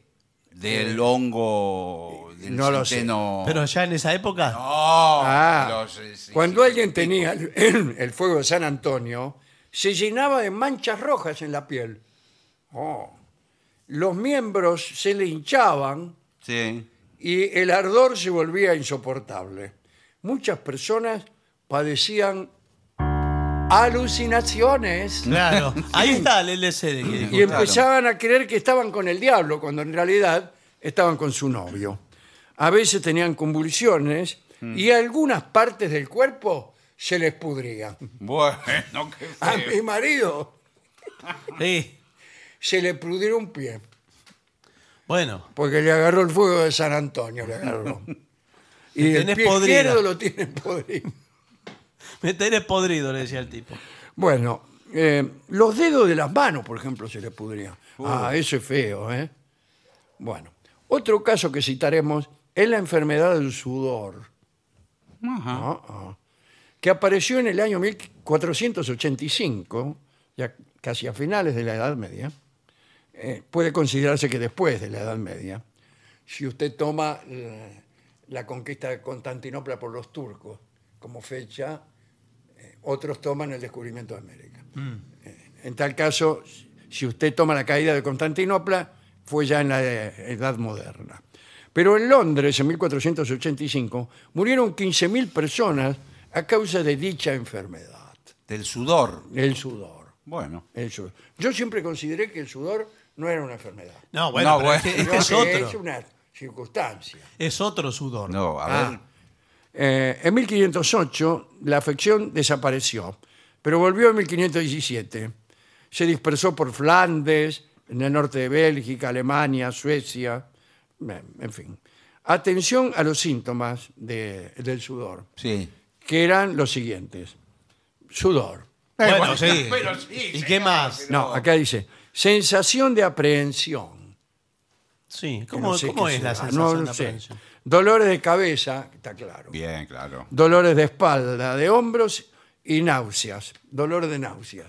C: del hongo, del
A: No lo sé.
C: centeno.
B: Pero ya en esa época.
C: No,
A: Ah,
C: los, eh, sí,
A: cuando
C: sí.
A: alguien tenía el, el fuego de San Antonio, se llenaba de manchas rojas en la piel. Oh. Los miembros se le hinchaban
C: Sí.
A: y el ardor se volvía insoportable. Muchas personas padecían alucinaciones
B: Claro. Ahí está el LCD. que dijo.
A: y empezaban a creer que estaban con el diablo, cuando en realidad estaban con su novio. A veces tenían convulsiones
B: Mm.
A: y algunas partes del cuerpo se les pudrían.
C: Bueno, qué
A: A
C: feo.
A: mi marido
B: Sí.
A: se le pudrió un pie
B: Bueno.
A: porque le agarró el fuego de San Antonio. Le agarró. Y el
B: tenés
A: pie
B: podrida.
A: izquierdo lo tiene podrido.
B: Me tenés podrido, le decía el tipo.
A: Bueno, eh, los dedos de las manos, por ejemplo, se les pudrían. Ah, eso es feo, ¿eh? Bueno, otro caso que citaremos es la enfermedad del sudor,
C: Ajá.
A: Ah, ah, que apareció en el año 1485, ya casi a finales de la Edad Media. Eh, puede considerarse que después de la Edad Media, si usted toma eh, la, conquista de Constantinopla por los turcos como fecha, eh, otros toman el descubrimiento de América.
B: Mm.
A: Eh, en tal caso, si usted toma la caída de Constantinopla, fue ya en la eh, Edad Moderna. Pero en Londres, en 1485, murieron 15.000 personas a causa de dicha enfermedad,
C: Del sudor.
A: el sudor.
C: Bueno.
A: El sudor. Yo siempre consideré que el sudor no era una enfermedad.
B: No, bueno.
C: No,
B: pero
C: bueno.
B: este-
A: sino
B: este es
A: que
B: otro.
A: es una circunstancia.
B: Es otro sudor.
C: No, a
A: Ah.
C: ver.
A: Eh, en 1508 la afección desapareció, pero volvió en 1517. Se dispersó por Flandes, en el norte de Bélgica, Alemania, Suecia, eh, en fin. Atención a los síntomas de- del sudor,
C: Sí.
A: que eran los siguientes. Sudor.
B: Bueno,
C: bueno,
B: sí.
C: pero sí,
B: ¿Y qué más?
A: No, acá dice, sensación de aprehensión.
B: Sí,
A: que
B: ¿cómo,
A: no sé
B: cómo
A: qué
B: es la
A: será,
B: sensación
A: no
B: de
A: sé.
B: aprehensión?
A: Dolores de cabeza, está claro.
C: Bien, claro.
A: dolores de espalda, de hombros y náuseas, dolor de náuseas.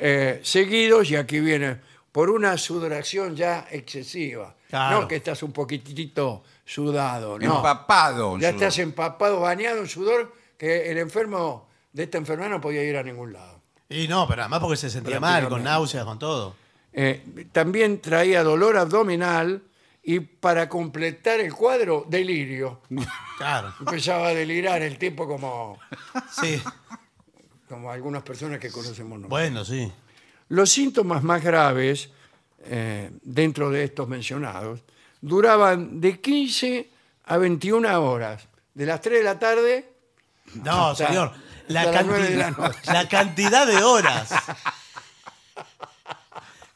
A: Eh, seguidos, y aquí viene, por una sudoración ya excesiva.
B: Claro.
A: No que estás un poquitito sudado, no.
C: Empapado. en
A: ya
C: sudor.
A: estás empapado, bañado en sudor, que el enfermo de esta enfermedad no podía ir a ningún lado.
B: Y no, pero además porque se sentía mal, con náuseas, con todo.
A: Eh, también traía dolor abdominal y para completar el cuadro, delirio.
B: Claro,
A: Empezaba a delirar el tipo como,
B: sí.
A: como algunas personas que conocemos nosotros.
B: Bueno, sí.
A: Los síntomas más graves, eh, dentro de estos mencionados, duraban de 15 a 21 horas, de las 3 de la tarde.
B: No,
A: Hasta-
B: señor. La
A: hasta las nueve de la
B: cantidad,
A: noche.
B: la cantidad de horas.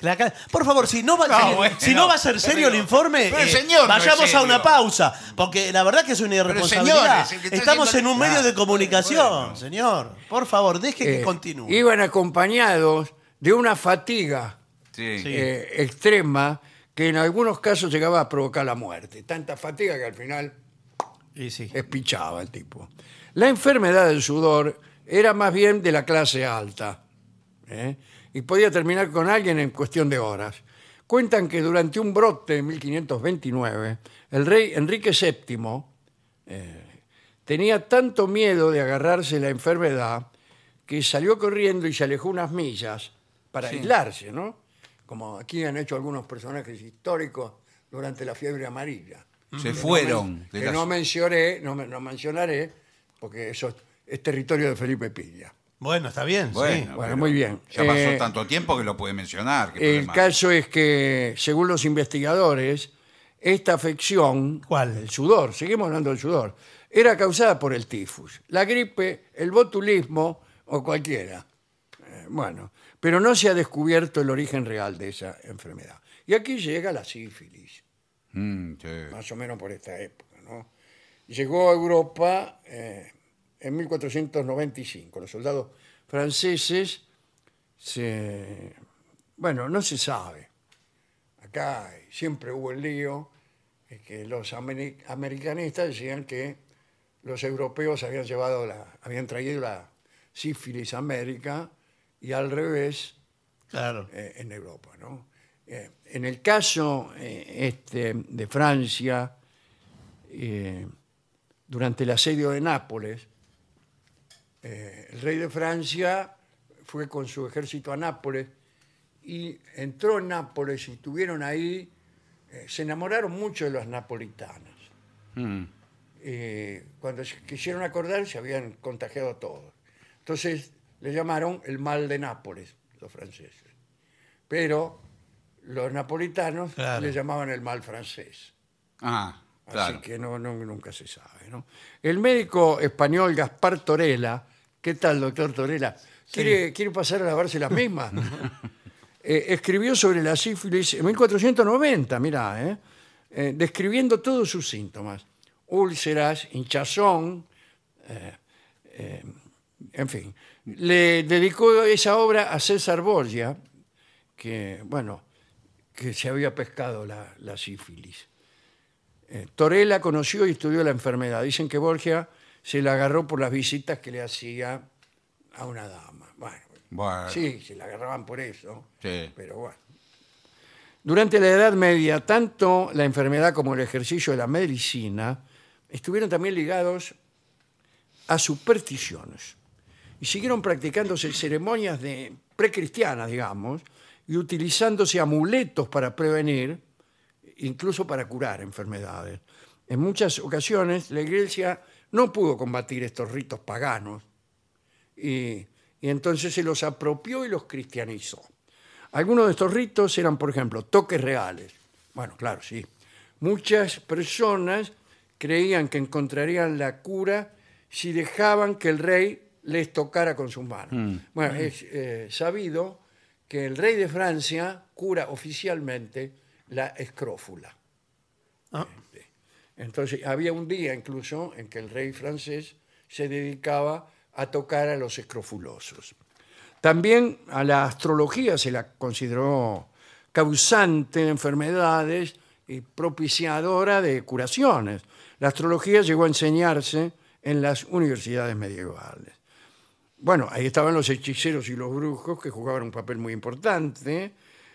B: La ca- por favor, si no, va,
C: No,
B: si-
C: bueno,
B: si no va a ser serio el informe, eh,
C: pero el señor no es
B: vayamos a una
C: serio.
B: pausa. Porque la verdad que es una irresponsabilidad.
C: señores, el que está
B: Estamos en
C: haciendo-
B: un medio de
C: Claro,
B: comunicación,
C: bueno.
B: señor. Por favor, deje que
A: eh,
B: continúe.
A: Iban acompañados de una fatiga
C: Sí.
B: Sí.
A: eh, extrema que en algunos casos llegaba a provocar la muerte. Tanta fatiga que al final
B: Y sí.
A: espichaba el tipo. La enfermedad del sudor era más bien de la clase alta ¿eh? y podía terminar con alguien en cuestión de horas. Cuentan que durante un brote en 1529, el rey Enrique VII eh, tenía tanto miedo de agarrarse la enfermedad que salió corriendo y se alejó unas millas para aislarse, ¿no? Como aquí han hecho algunos personajes históricos durante la fiebre amarilla
C: Se
A: no
C: fueron.
A: men-
C: de
A: que
C: la-
A: no mencioné, no, me- no mencionaré, porque eso es, es territorio de Felipe Pilla.
B: Bueno, está bien,
C: Bueno,
A: Bueno,
C: Ah, pero
A: muy bien.
C: Ya pasó
A: Eh,
C: tanto tiempo que lo puede mencionar. qué
A: El
C: problema.
A: caso es que, según los investigadores, esta afección,
B: ¿Cuál?
A: el sudor, seguimos hablando del sudor, era causada por el tifus, la gripe, el botulismo o cualquiera. Eh, bueno, pero no se ha descubierto el origen real de esa enfermedad. Y aquí llega la sífilis.
C: Mm, sí.
A: más o menos por esta época. ¿no? Llegó a Europa eh, en 1495. Los soldados franceses se... Bueno, no se sabe. Acá siempre hubo el lío eh, que los ameri- americanistas decían que los europeos habían llevado la, habían traído la sífilis a América y al revés
B: Claro.
A: eh, en Europa. ¿no? Eh, en el caso eh, este, de Francia, eh, durante el asedio de Nápoles, eh, el rey de Francia fue con su ejército a Nápoles y entró en Nápoles y estuvieron ahí, eh, se enamoraron mucho de los napolitanos.
C: Mm.
A: Eh, cuando se quisieron acordar se habían contagiado todos. Entonces le llamaron el mal de Nápoles, los franceses pero los napolitanos
B: Claro.
A: le llamaban el mal francés.
C: Ah, claro.
A: Así que no, no- nunca se sabe. ¿no? El médico español Gaspar Torella, ¿qué tal, doctor Torella? ¿Quiere, quiere pasar a lavarse las mismas? Eh, escribió sobre la sífilis en 1490, mirá, ¿eh? Eh, describiendo todos sus síntomas. Úlceras, hinchazón, eh, eh, en fin. Le dedicó esa obra a César Borgia, que, bueno, que se había pescado la- la sífilis. Eh, Torella conoció y estudió la enfermedad. Dicen que Borgia se la agarró por las visitas que le hacía a una dama. Bueno,
C: Bueno,
A: sí, se la agarraban por eso,
C: sí.
A: pero bueno. Durante la Edad Media, tanto la enfermedad como el ejercicio de la medicina estuvieron también ligados a supersticiones y siguieron practicándose ceremonias de precristianas, digamos, y utilizándose amuletos para prevenir, incluso para curar enfermedades. En muchas ocasiones la iglesia no pudo combatir estos ritos paganos y, y entonces se los apropió y los cristianizó. Algunos de estos ritos eran, por ejemplo, toques reales. Bueno, claro, sí. muchas personas creían que encontrarían la cura si dejaban que el rey les tocara con sus manos. Bueno, es eh, sabido que el rey de Francia cura oficialmente la escrófula. Este,
B: Ah.
A: Entonces, había un día incluso en que el rey francés se dedicaba a tocar a los escrofulosos. También a la astrología se la consideró causante de enfermedades y propiciadora de curaciones. La astrología llegó a enseñarse en las universidades medievales. Bueno, ahí estaban los hechiceros y los brujos que jugaban un papel muy importante.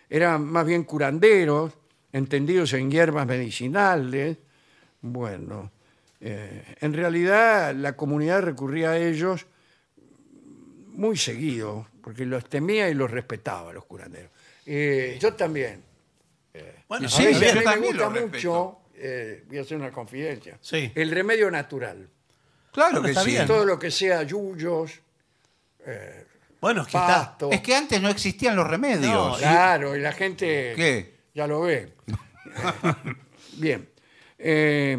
A: Eran más bien curanderos, entendidos en hierbas medicinales. Bueno, eh, en realidad la comunidad recurría a ellos muy seguido, porque los temía y los respetaba, los curanderos. Eh, yo también.
B: Bueno,
C: Sí,
A: a
B: sí,
A: veces
C: yo
A: a mí me
C: también
A: gusta
C: los
A: mucho,
C: respeto.
A: eh, voy a hacer una confidencia,
B: Sí.
A: el remedio natural.
C: Claro
B: Bueno,
C: que
B: está
C: sí.
B: bien.
A: Todo lo que sea yuyos,
B: Bueno, es que está.
A: pasto,
C: Es que antes no existían los remedios.
A: claro, y la gente
C: ¿Qué?
A: ya lo ve. Eh, Bien. Eh,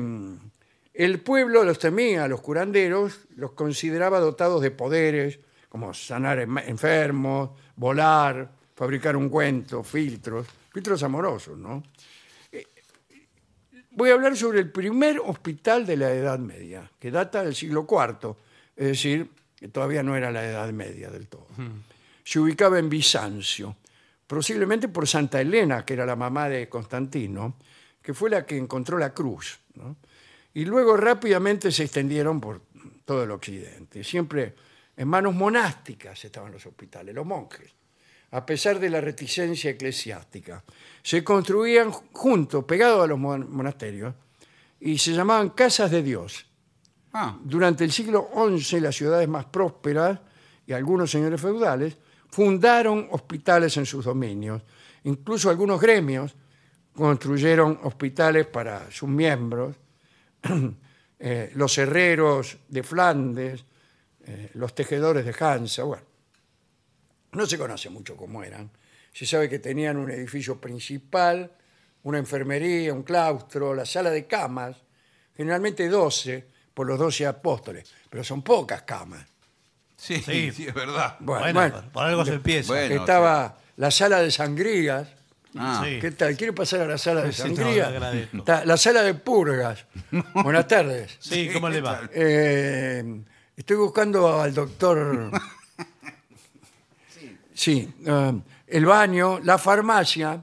A: el pueblo los temía, los curanderos, los consideraba dotados de poderes, como sanar en- enfermos, volar, fabricar ungüentos, filtros, filtros amorosos, ¿no? Eh, Voy a hablar sobre el primer hospital de la Edad Media, que data del siglo IV, es decir, que todavía no era la Edad Media del todo se ubicaba en Bizancio, posiblemente por Santa Elena, que era la mamá de Constantino, que fue la que encontró la cruz. ¿no? Y luego rápidamente se extendieron por todo el occidente. Siempre en manos monásticas estaban los hospitales, los monjes, a pesar de la reticencia eclesiástica. Se construían ju- juntos, pegados a los mon- monasterios, y se llamaban casas de Dios.
C: Ah,
A: Durante el siglo XI, las ciudades más prósperas y algunos señores feudales fundaron hospitales en sus dominios. Incluso algunos gremios construyeron hospitales para sus miembros. Eh, los herreros de Flandes, eh, los tejedores de Hansa, bueno. No se conoce mucho cómo eran. Se sabe que tenían un edificio principal, una enfermería, un claustro, la sala de camas, generalmente 12 por los 12 apóstoles, pero son pocas camas.
C: sí,
B: Sí.
C: sí, es verdad.
A: Bueno,
B: Bueno,
A: bueno,
B: por, por algo se empieza.
C: bueno.
A: que estaba la sala de sangrías.
C: Ah,
B: Sí.
A: ¿Qué tal? ¿Quiere pasar a la sala de
B: Sí, no, le
A: sangrías?
B: agradezco.
A: Está la sala de purgas. Buenas tardes.
B: Sí, ¿cómo le va?
A: Eh, estoy buscando al doctor. Sí, eh, el baño, la farmacia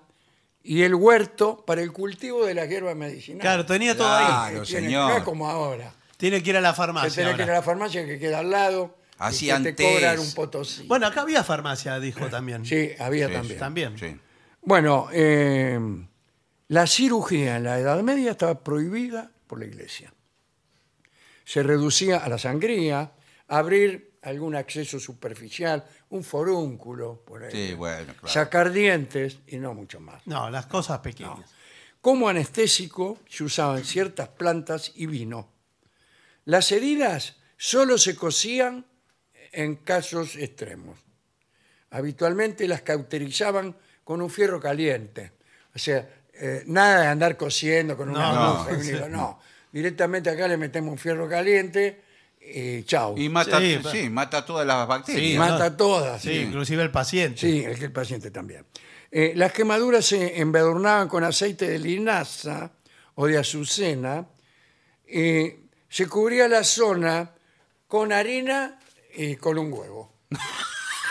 A: y el huerto para el cultivo de las hierbas medicinales.
B: Claro, tenía todo ahí.
C: Claro.
A: Que tiene-
C: señor.
A: No es como ahora.
B: Tiene que ir a la
A: Que
B: farmacia.
A: tenés que ir a
B: ahora.
A: la farmacia que queda al lado.
C: Así
A: y que te
C: antes.
A: cobran un potosí.
B: Bueno, acá había farmacia, dijo también.
A: sí, había
C: Sí,
A: también.
B: También.
C: Sí.
A: Bueno, eh, la cirugía en la Edad Media estaba prohibida por la Iglesia. Se reducía a la sangría, abrir algún acceso superficial, un forúnculo, por ahí,
C: Sí, bueno, claro.
A: sacar dientes y no mucho más.
B: No, las cosas pequeñas.
A: Como anestésico se usaban ciertas plantas y vino. Las heridas solo se cosían en casos extremos. Habitualmente las cauterizaban con un fierro caliente. O sea, eh, nada de andar cosiendo con una
B: No,
A: aguja y un
B: sí.
A: hilo, no. Directamente acá le metemos un fierro caliente y chau.
C: Y mata,
B: Sí,
C: sí,
B: pa-
C: mata todas las
A: Y
C: bacterias.
A: mata todas.
B: Sí, inclusive el paciente.
A: Sí, el, el paciente también. Eh, las quemaduras se embadurnaban con aceite de linaza o de azucena. eh, se cubría la zona con harina y con un huevo.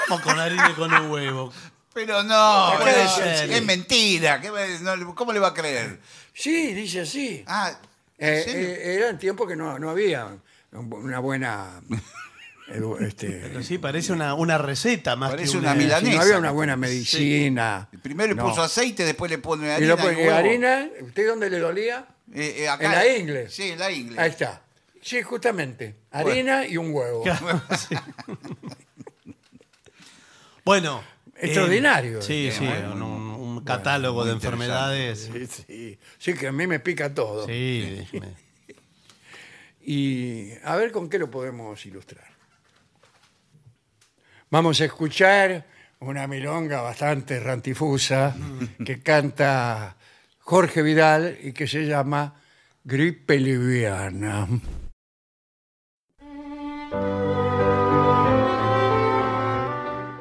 B: Como con harina y con un huevo.
C: Pero no,
A: Acá
C: bueno,
A: dice
C: es,
A: así.
C: mentira. ¿qué me- no, ¿Cómo le va a creer?
A: Sí, dice así.
C: Ah, ¿en
A: Eh,
C: serio?
A: eh, eran tiempos que no, no había un bu- una buena... edu- este,
B: Pero sí, parece una, una receta más
C: Parece
B: que
C: una
A: sí,
C: milanesa.
A: no había una buena medicina.
C: Primero le
A: No.
C: puso aceite, después le pone
A: Y
C: harina.
A: después,
C: y huevo.
A: harina, ¿usted dónde le dolía?
C: Eh, eh, acá-
A: En la ingle.
C: Sí, en la ingle.
A: Ahí está. Sí, justamente. Harina y un huevo.
B: Sí. bueno.
A: Extraordinario.
B: eh, sí,
A: Eh,
B: sí,
C: bueno,
B: un, un- un catálogo de enfermedades. Sí,
A: Sí, sí. Sí, que a mí me pica todo.
B: déjeme.
A: Y a ver con qué lo podemos ilustrar. Vamos a escuchar una milonga bastante rantifusa que canta Jorge Vidal y que se llama Gripe Liviana.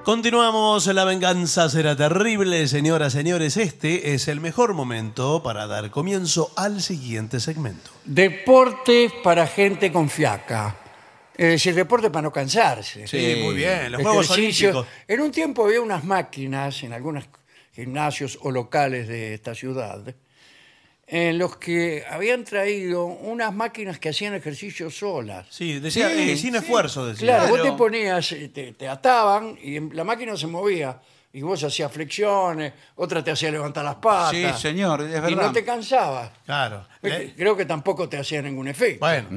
B: Continuamos, la venganza será terrible, señoras, señores. Este es el mejor momento para dar comienzo al siguiente segmento.
A: Deportes para gente con fiaca. Es decir, deportes para no cansarse.
B: Sí, muy bien,
A: Este
B: los Juegos
A: Ejercicios.
B: Olímpicos.
A: En un tiempo había unas máquinas en algunos gimnasios o locales de esta ciudad en los que habían traído unas máquinas que hacían ejercicio solas.
B: Sí, decía,
C: Sí,
B: eh, sin
C: sí.
B: esfuerzo, decía.
A: Claro,
C: Claro.
A: vos te ponías, eh, te, te ataban y en- la máquina se movía y vos hacías flexiones, otra te hacía levantar las patas.
C: Sí, señor, es
A: Y
C: verdad.
A: no te cansabas.
B: Claro. Eh,
A: Creo que tampoco te hacía ningún efecto.
B: Bueno,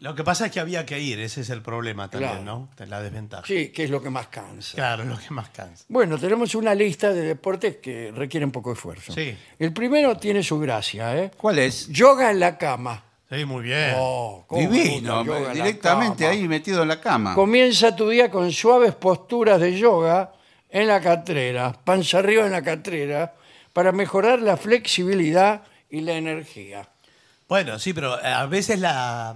B: lo que pasa es que había que ir, ese es el problema también,
A: Claro.
B: ¿no? La desventaja.
A: Sí, que es lo que más cansa.
B: Claro, lo que más cansa.
A: Bueno, tenemos una lista de deportes que requieren poco esfuerzo.
B: Sí.
A: El primero tiene su gracia, ¿eh?
C: ¿Cuál es?
A: Yoga en la cama.
B: Sí, muy bien.
A: Oh, cómo me gusta
C: Divino,
A: el yoga en la
C: directamente
A: cama.
C: ahí metido en la cama.
A: Comienza tu día con suaves posturas de yoga en la catrera, panza arriba en la catrera, para mejorar la flexibilidad y la energía.
B: Bueno, sí, pero eh, a veces la,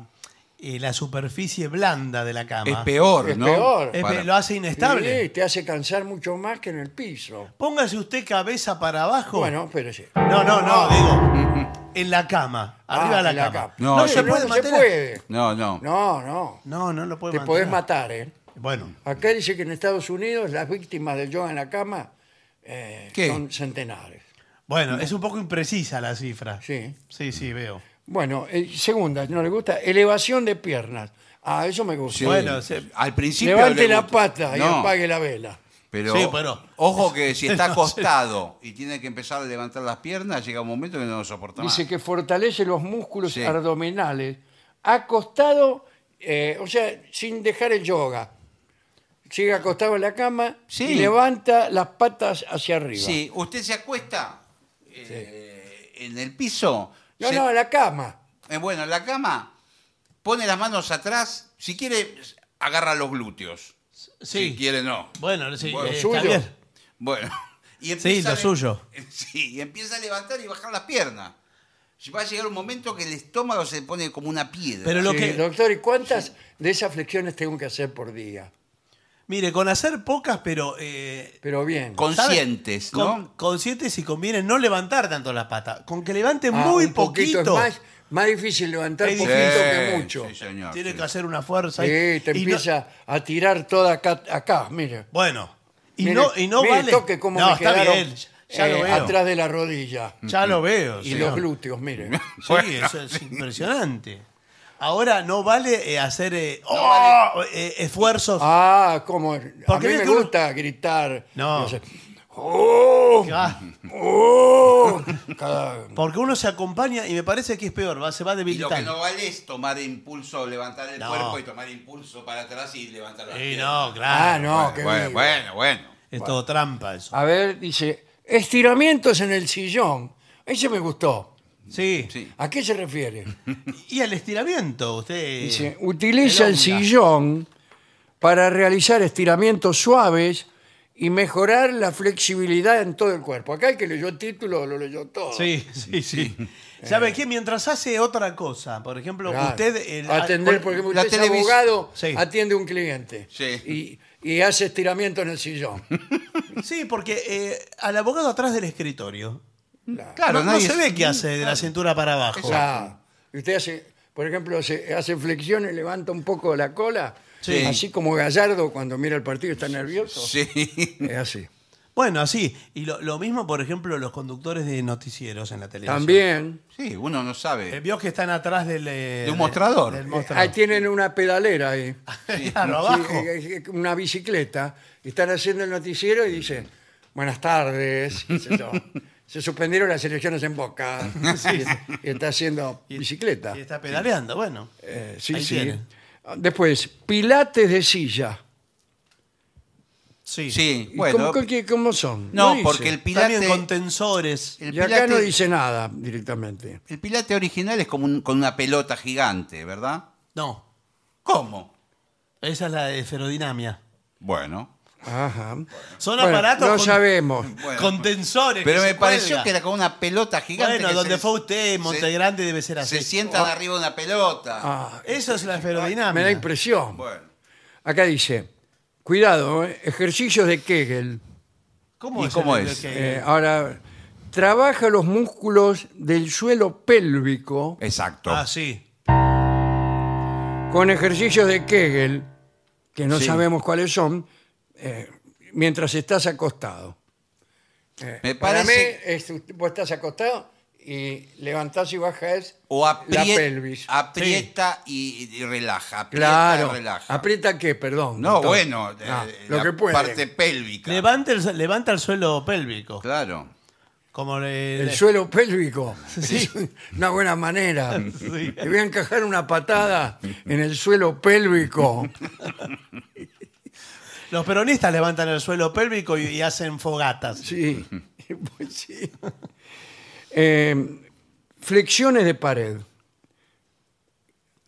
B: eh, la superficie blanda de la cama
C: Es peor,
A: Es
C: ¿no?
A: peor.
B: es pe-
C: Para-
B: lo hace inestable.
A: Y te hace cansar mucho más que en el piso.
B: Póngase usted cabeza para abajo.
A: Bueno, pero sí.
B: No, no, no, digo, en la cama, arriba
A: Ah,
B: de la
A: en la
B: cama.
A: cama.
C: No,
A: Bueno,
C: se
A: no,
C: puede
A: no se
B: mantener-
A: puede.
C: No, no.
A: No, no.
B: No, no lo puede
A: Te
B: mantener.
A: podés matar, ¿eh?
B: Bueno,
A: Acá dice que en Estados Unidos las víctimas del yoga en la cama eh,
C: ¿Qué?
A: son centenares.
B: bueno, es un poco imprecisa la cifra.
A: Sí.
B: Sí, sí, veo.
A: Bueno, eh, segunda, ¿no le gusta? Elevación de piernas. Ah, eso me gusta.
C: Sí.
B: Bueno, se-
C: al principio.
A: Levante
C: le
A: la
C: gusta.
A: pata y
C: No,
A: apague la vela.
C: Pero,
B: Sí, pero-
C: ojo que si está acostado y tiene que empezar a levantar las piernas, llega un momento que no lo soporta más.
A: Dice que fortalece los músculos
C: Sí.
A: abdominales. Acostado, eh, o sea, sin dejar el yoga. Sigue acostado en la cama
C: Sí.
A: y levanta las patas hacia arriba.
C: Sí, usted se acuesta eh, en el piso.
A: No,
C: se-
A: no, en la cama.
C: eh, bueno, en la cama, pone las manos atrás. Si quiere, agarra los glúteos. Si quiere, no.
B: Bueno, sí,
C: Bueno,
B: eh,
A: suyo.
B: está bien.
C: Bueno. Y
B: Sí,
C: empieza
B: lo
C: a-
B: suyo.
C: Sí, y empieza a levantar y bajar las piernas. Va a llegar un momento que el estómago se pone como una piedra.
B: Pero lo
A: Sí,
B: que.
A: Doctor, ¿y cuántas de esas flexiones tengo que hacer por día?
B: Mire, con hacer pocas, pero. eh,
A: Pero bien.
C: Conscientes,
B: con-
C: ¿no?
B: Conscientes y conviene no levantar tanto las patas. Con que levante
A: Ah,
B: muy
A: un
B: poquito.
A: poquito es más, más difícil levantar
B: Es
A: poquito que mucho.
C: Sí, señor.
B: tiene
C: sí.
B: que hacer una fuerza.
A: Sí,
B: y-
A: te
B: y no-
A: empieza a tirar toda acá, acá mire.
B: bueno. Y
A: Mire,
B: no, y no
A: mire el
B: vale.
A: toque cómo
B: no,
A: me
B: está
A: quedaron,
B: bien. Ya
A: eh,
B: lo veo.
A: atrás de la rodilla.
B: Ya lo veo.
A: Y
B: señor.
A: los glúteos, mire.
B: Sí, eso es impresionante. Ahora no vale eh, hacer eh, ¡oh! eh, esfuerzos.
A: Ah, como... A
B: Porque
A: mí
B: ves
A: me
B: que uno-
A: gusta gritar.
B: No. Ah.
A: y hacer, ¡Oh!
B: que va-
A: ¡Oh! Cada-
B: Porque uno se acompaña y me parece que es peor, va, se va
C: Y lo
B: debilitando.
C: que no vale es tomar impulso, levantar el
B: No.
C: cuerpo y tomar impulso para atrás y levantar las
B: Sí,
C: piernas.
B: no,
A: Ah,
B: claro.
A: no, qué
C: Bueno, bueno,
A: bien.
C: bueno, bueno.
B: Es todo trampa eso.
A: A ver, dice, estiramientos en el sillón. Ese me gustó.
B: Sí.
C: Sí.
A: ¿A qué se refiere?
B: Y el estiramiento, usted.
A: Dice, utiliza el
B: elonga.
A: sillón para realizar estiramientos suaves y mejorar la flexibilidad en todo el cuerpo. Acá el que leyó el título lo leyó todo.
B: Sí, sí, sí. ¿Sabe qué? Mientras hace otra cosa, por ejemplo,
A: Eh. Claro.
B: usted. eh, el-
A: Atender,
B: con-
A: porque usted
C: la
A: es
C: televis-
A: abogado,
B: Sí.
A: atiende un cliente
C: Sí.
A: y, y hace estiramiento en el sillón.
B: Sí, porque eh, al abogado atrás del escritorio.
C: Claro,
B: no, no
C: nadie-
B: se ve qué hace de la cintura para abajo.
A: O sea, y usted hace, por ejemplo, se hace flexiones, levanta un poco la cola,
C: Sí.
A: así como Gallardo cuando mira el partido está nervioso.
C: Sí.
A: Es así.
B: Bueno, así. Y lo, lo mismo, por ejemplo, los conductores de noticieros en la televisión.
A: También.
C: Sí, uno no
B: Eh,
C: sabe.
B: vio que están atrás del. eh,
C: De un
B: del-
C: mostrador.
B: del
A: eh, Ahí
B: mostrador.
A: tienen una pedalera ahí.
B: Claro,
A: Sí,
B: abajo.
A: eh, eh, una bicicleta, y están haciendo el noticiero y dicen, buenas tardes, qué sé yo. se suspendieron las elecciones en Boca, y, y está haciendo bicicleta.
B: Y está pedaleando, bueno.
A: Eh, sí,
B: ahí
A: sí. Ah,
B: tiene.
A: Después, pilates de silla.
B: Sí.
C: Sí,
A: ¿Y
C: bueno.
A: ¿Cómo, qué- cómo son?
C: No,
A: dice.
C: porque el pilate.
B: También con tensores.
C: El
A: Y acá no
C: pilate,
A: dice nada directamente.
C: el pilate original es como un- con una pelota gigante, ¿verdad?
B: No,
C: ¿Cómo?
B: esa es la de esferodinamia.
C: Bueno.
A: Ajá.
B: Son
A: Bueno,
B: aparatos
A: No
B: con,
A: sabemos.
C: Bueno,
B: con tensores.
C: Pero
B: que
C: me
B: se
C: pareció
B: cuelgan.
C: que era como una pelota gigante.
B: Bueno,
C: que
B: donde
C: se-
B: fue usted, en Montegrande, debe ser
C: Se,
B: así.
C: se sientan arriba de una pelota.
A: Ah,
B: Eso es la
A: me da
B: esferodinámica.
A: impresión.
C: Bueno.
A: Acá dice, cuidado, ¿eh? ejercicios de Kegel.
B: ¿Cómo
C: ¿Y cómo
B: el-
C: es?
B: que-
A: Eh, ahora, trabaja los músculos del suelo pélvico
C: Exacto.
B: ah, sí.
A: con ejercicios de Kegel, que no
C: Sí.
A: sabemos cuáles son, eh, mientras estás acostado. Eh,
C: Me
A: Para mí,
C: parece-
A: es- vos estás acostado y levantás y bajás
C: O
A: la
C: aprie-
A: pelvis.
C: aprieta y, y relaja. Aprieta
A: Claro.
C: y relaja.
A: ¿Aprieta qué? Perdón.
C: no,
A: doctor.
C: bueno, eh,
A: Ah, lo
C: la
A: que puede.
C: parte pélvica.
B: Levanta el, levanta el suelo pélvico.
C: Claro.
B: Como
A: El
B: el,
A: suelo pélvico.
B: Sí.
A: Es Una buena manera.
B: Sí.
A: Te voy a encajar una patada en el suelo pélvico.
B: Los peronistas levantan el suelo pélvico y, y hacen fogatas.
A: Sí. Pues sí. Eh, flexiones de pared.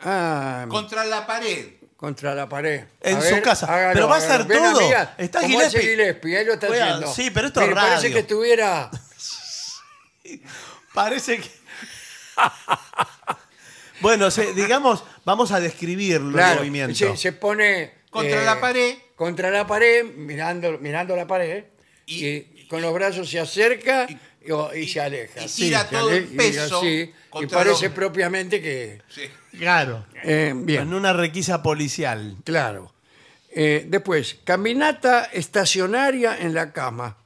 A: Ah,
C: Contra la pared.
A: contra la pared.
B: En su casa. Pero va a hacer
A: Ven,
B: todo.
A: amiga,
B: Está
A: como
B: Gillespie.
A: hace Gillespie, ahí lo está
B: Oiga,
A: haciendo.
B: sí, pero esto es
A: Mire, Parece
B: radio.
A: que estuviera...
B: Parece que. bueno, se- digamos, vamos a describir el
A: Claro,
B: movimiento.
A: Se, se pone eh,
C: Contra la pared.
A: contra la pared, mirando, mirando la pared, y,
C: Y-
A: con los brazos se acerca y, o- y
C: y-
A: se aleja.
C: y tira
A: se
C: todo el
A: aleja y
C: peso
A: así, Y,
C: contra
A: parece
C: los-
A: propiamente que
C: Sí.
B: Claro.
A: eh, bien,
B: En una requisa policial.
A: claro. Eh, después, caminata estacionaria en la cama.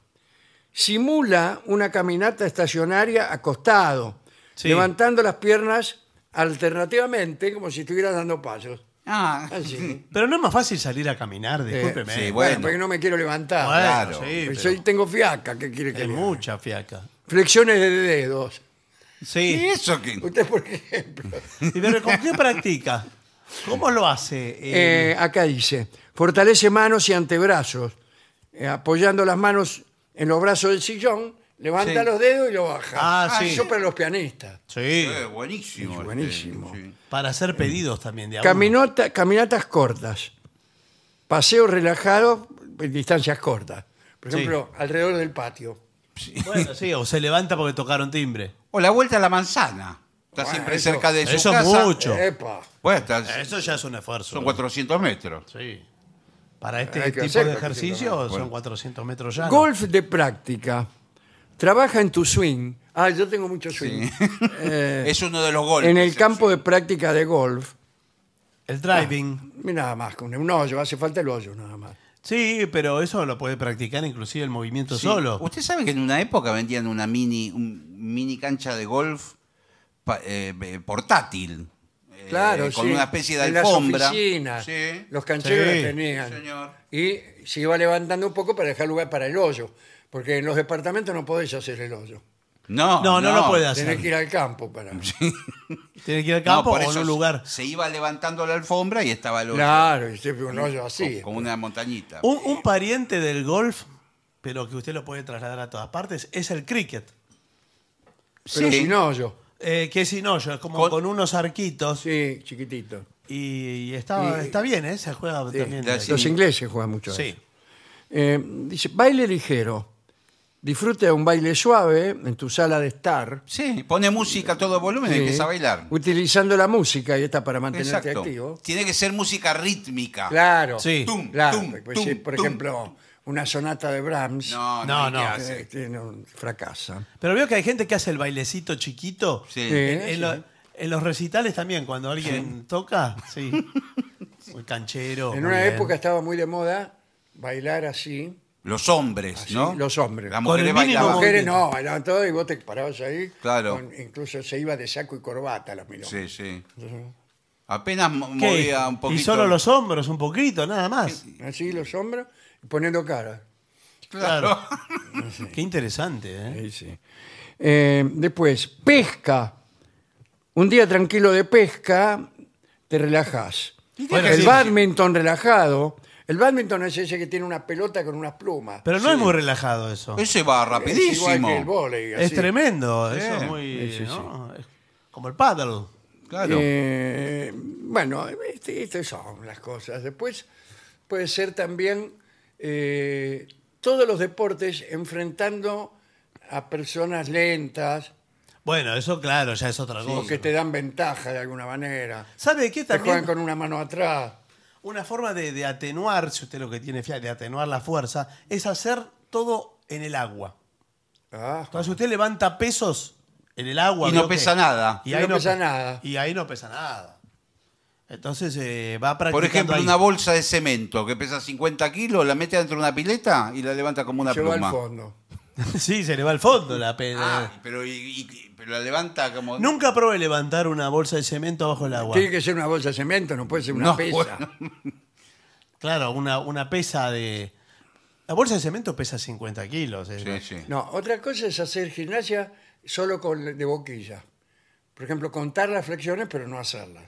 A: Simula una caminata estacionaria acostado,
B: Sí.
A: levantando las piernas alternativamente como si estuviera dando pasos.
C: Ah,
A: Así.
B: Pero no es más fácil salir a caminar, discúlpeme.
C: sí,
A: Bueno,
C: Bueno.
A: porque no me quiero levantar.
B: Bueno,
C: claro.
B: sí,
A: Pues
B: pero
A: Yo tengo fiaca, ¿qué quiere que
B: hay
A: le haga?
B: mucha fiaca.
A: Flexiones de dedos.
C: ¿Y
B: Sí.
C: eso que
A: Usted, por ejemplo.
B: Y pero ¿con qué practica? ¿Cómo lo hace? Eh,
A: Eh, acá dice, fortalece manos y antebrazos, eh, apoyando las manos en los brazos del sillón, levanta
C: Sí.
A: los dedos y lo baja.
B: Ah, sí.
A: Eso para los pianistas.
B: sí.
C: Eh, buenísimo. este,
A: buenísimo.
C: sí.
B: Para hacer pedidos también de a uno.
A: Caminota- caminatas cortas, paseos relajados en distancias cortas. Por
B: Sí.
A: ejemplo, alrededor del patio.
B: Bueno, sí, o se levanta porque tocaron timbre.
C: O la vuelta a la manzana. Está
A: Bueno,
C: siempre
A: eso-
C: cerca de su
B: eso es
C: casa.
B: mucho.
A: Eh, Epa,
C: Bueno, está-
B: Eh, Eso ya es un esfuerzo.
C: son 400 metros.
B: Sí. Para este
A: Hay que
B: tipo
A: hacer
B: de
A: 400
B: ejercicio
A: metros.
B: son 400 metros ya.
A: Golf de práctica. Trabaja en tu swing. Ah, yo tengo mucho swing. Eh,
C: Es uno de los golpes.
A: en el campo de práctica de golf.
B: El driving.
A: Mira, Nada más, con un hoyo, hace falta el hoyo nada más.
B: Sí, pero eso lo puede practicar inclusive el movimiento
C: Sí.
B: solo.
C: Usted sabe que en una época vendían una mini, un mini cancha de golf pa- eh, eh, portátil. eh,
A: Claro,
C: Con
A: sí.
C: una especie de
A: En
C: alfombra.
A: Las oficinas,
C: Sí.
A: Los cancheros
B: Sí.
A: las tenían.
C: Sí, señor.
A: Y se iba levantando un poco para dejar lugar para el hoyo. Porque en los departamentos no podéis hacer el hoyo.
C: No,
B: No, no lo puede hacer.
A: Tenés que ir al campo para.
B: Tiene que ir al
C: No,
B: campo
C: por
B: o en
C: eso
B: un lugar.
C: Se iba levantando la alfombra y estaba el hoyo.
A: Claro, y siempre un hoyo así.
C: Con, con una montañita.
B: Un, un pariente del golf, pero que usted lo puede trasladar a todas partes, es el cricket.
A: Pero
C: Sí.
A: sin hoyo.
B: Eh, que es sin hoyo, es como con,
C: Con-
B: unos arquitos.
A: Sí, chiquitito.
B: Y, y está,
A: Y-
B: está bien, ¿eh? Se juega
A: Sí,
B: también.
C: ya
B: de-
C: sí.
A: Los ingleses juegan mucho a eso.
B: Sí.
A: Eh, dice, baile ligero. Disfruta de un baile suave en tu sala de estar.
C: Sí, pone música a todo volumen y
A: Sí.
C: empieza a bailar.
A: Utilizando la música, y está para mantenerte
C: Exacto.
A: activo.
C: Tiene que ser música rítmica.
A: Claro.
B: Sí.
C: Tum,
A: claro.
C: tum,
A: porque
C: tum,
A: si, por
C: tum.
A: ejemplo, una sonata de Brahms
C: No,
B: No,
C: no,
B: no.
C: no.
A: eh, tiene un- fracasa. Eh,
B: Pero veo que hay gente que hace el bailecito chiquito.
C: Sí.
A: Sí.
B: En, en lo- en los recitales también, cuando alguien toca, sí. El canchero.
A: en
B: muy
A: una
B: Oh, bien.
A: época estaba muy de moda bailar así.
C: Los hombres,
A: Así,
C: ¿no?
A: Ah, los hombres.
C: Las
B: Con el
C: mujeres
B: mínimo
A: Las
B: Estaba
C: bailaban.
A: mujeres
B: bonito.
A: no, bailaban todo y vos te parabas ahí.
C: Claro.
A: incluso se iba de saco y corbata la milonga.
C: Sí, sí. Apenas mo-
B: ¿Qué?
C: movía un poquito.
B: Y solo los hombros, un poquito, nada más.
A: Así los hombros y poniendo cara.
B: Claro. Qué interesante, ¿eh?
A: Ahí sí. Eh, después, pesca. Un día tranquilo de pesca, te relajás.
B: Bueno,
A: el
B: sí.
A: badminton relajado. El badminton es ese que tiene una pelota con unas plumas.
B: Pero no es muy relajado eso. Es,
C: Ese va
A: es igual
C: rapidísimo.
A: que el vóley. así.
B: tremendo.
C: Sí.
B: Eso es muy.
A: Sí, sí,
B: ¿no? Es como el paddle.
C: Claro.
A: Eh, bueno, este- estas son las cosas. Después puede ser también eh, todos los deportes enfrentando a personas lentas
B: Bueno, eso claro, ya es otra
A: o
B: cosa.
A: que te dan ventaja de alguna manera.
B: ¿Sabe qué
A: Te
B: también?
A: juegan con una mano atrás.
B: Una forma de, de atenuar, si usted lo que tiene fia- de atenuar la fuerza, es hacer todo en el agua.
A: Ah,
B: Entonces usted levanta pesos en el agua.
C: Y no
B: ¿vio que-
C: pesa nada.
A: Y no pesa nada.
B: Y ahí no pesa nada. Entonces eh, va practicando
C: Por ejemplo,
B: ahí.
C: una bolsa de cemento que pesa 50 kilos, la mete dentro de una pileta y la levanta como una
A: se va al
C: pluma.
A: fondo.
B: sí, se le va al fondo la pena.
C: Ah, pero, y- y- pero la levanta como...
B: Nunca probé levantar una bolsa de cemento bajo el agua.
A: Tiene que ser una bolsa de cemento, no puede ser una
C: No,
A: pesa.
C: bueno.
B: Claro, una, una pesa de... La bolsa de cemento pesa 50 kilos. eh,
C: Sí,
B: ¿no?
C: sí.
A: No, otra cosa es hacer gimnasia solo con de boquilla. Por ejemplo, contar las flexiones pero no hacerlas.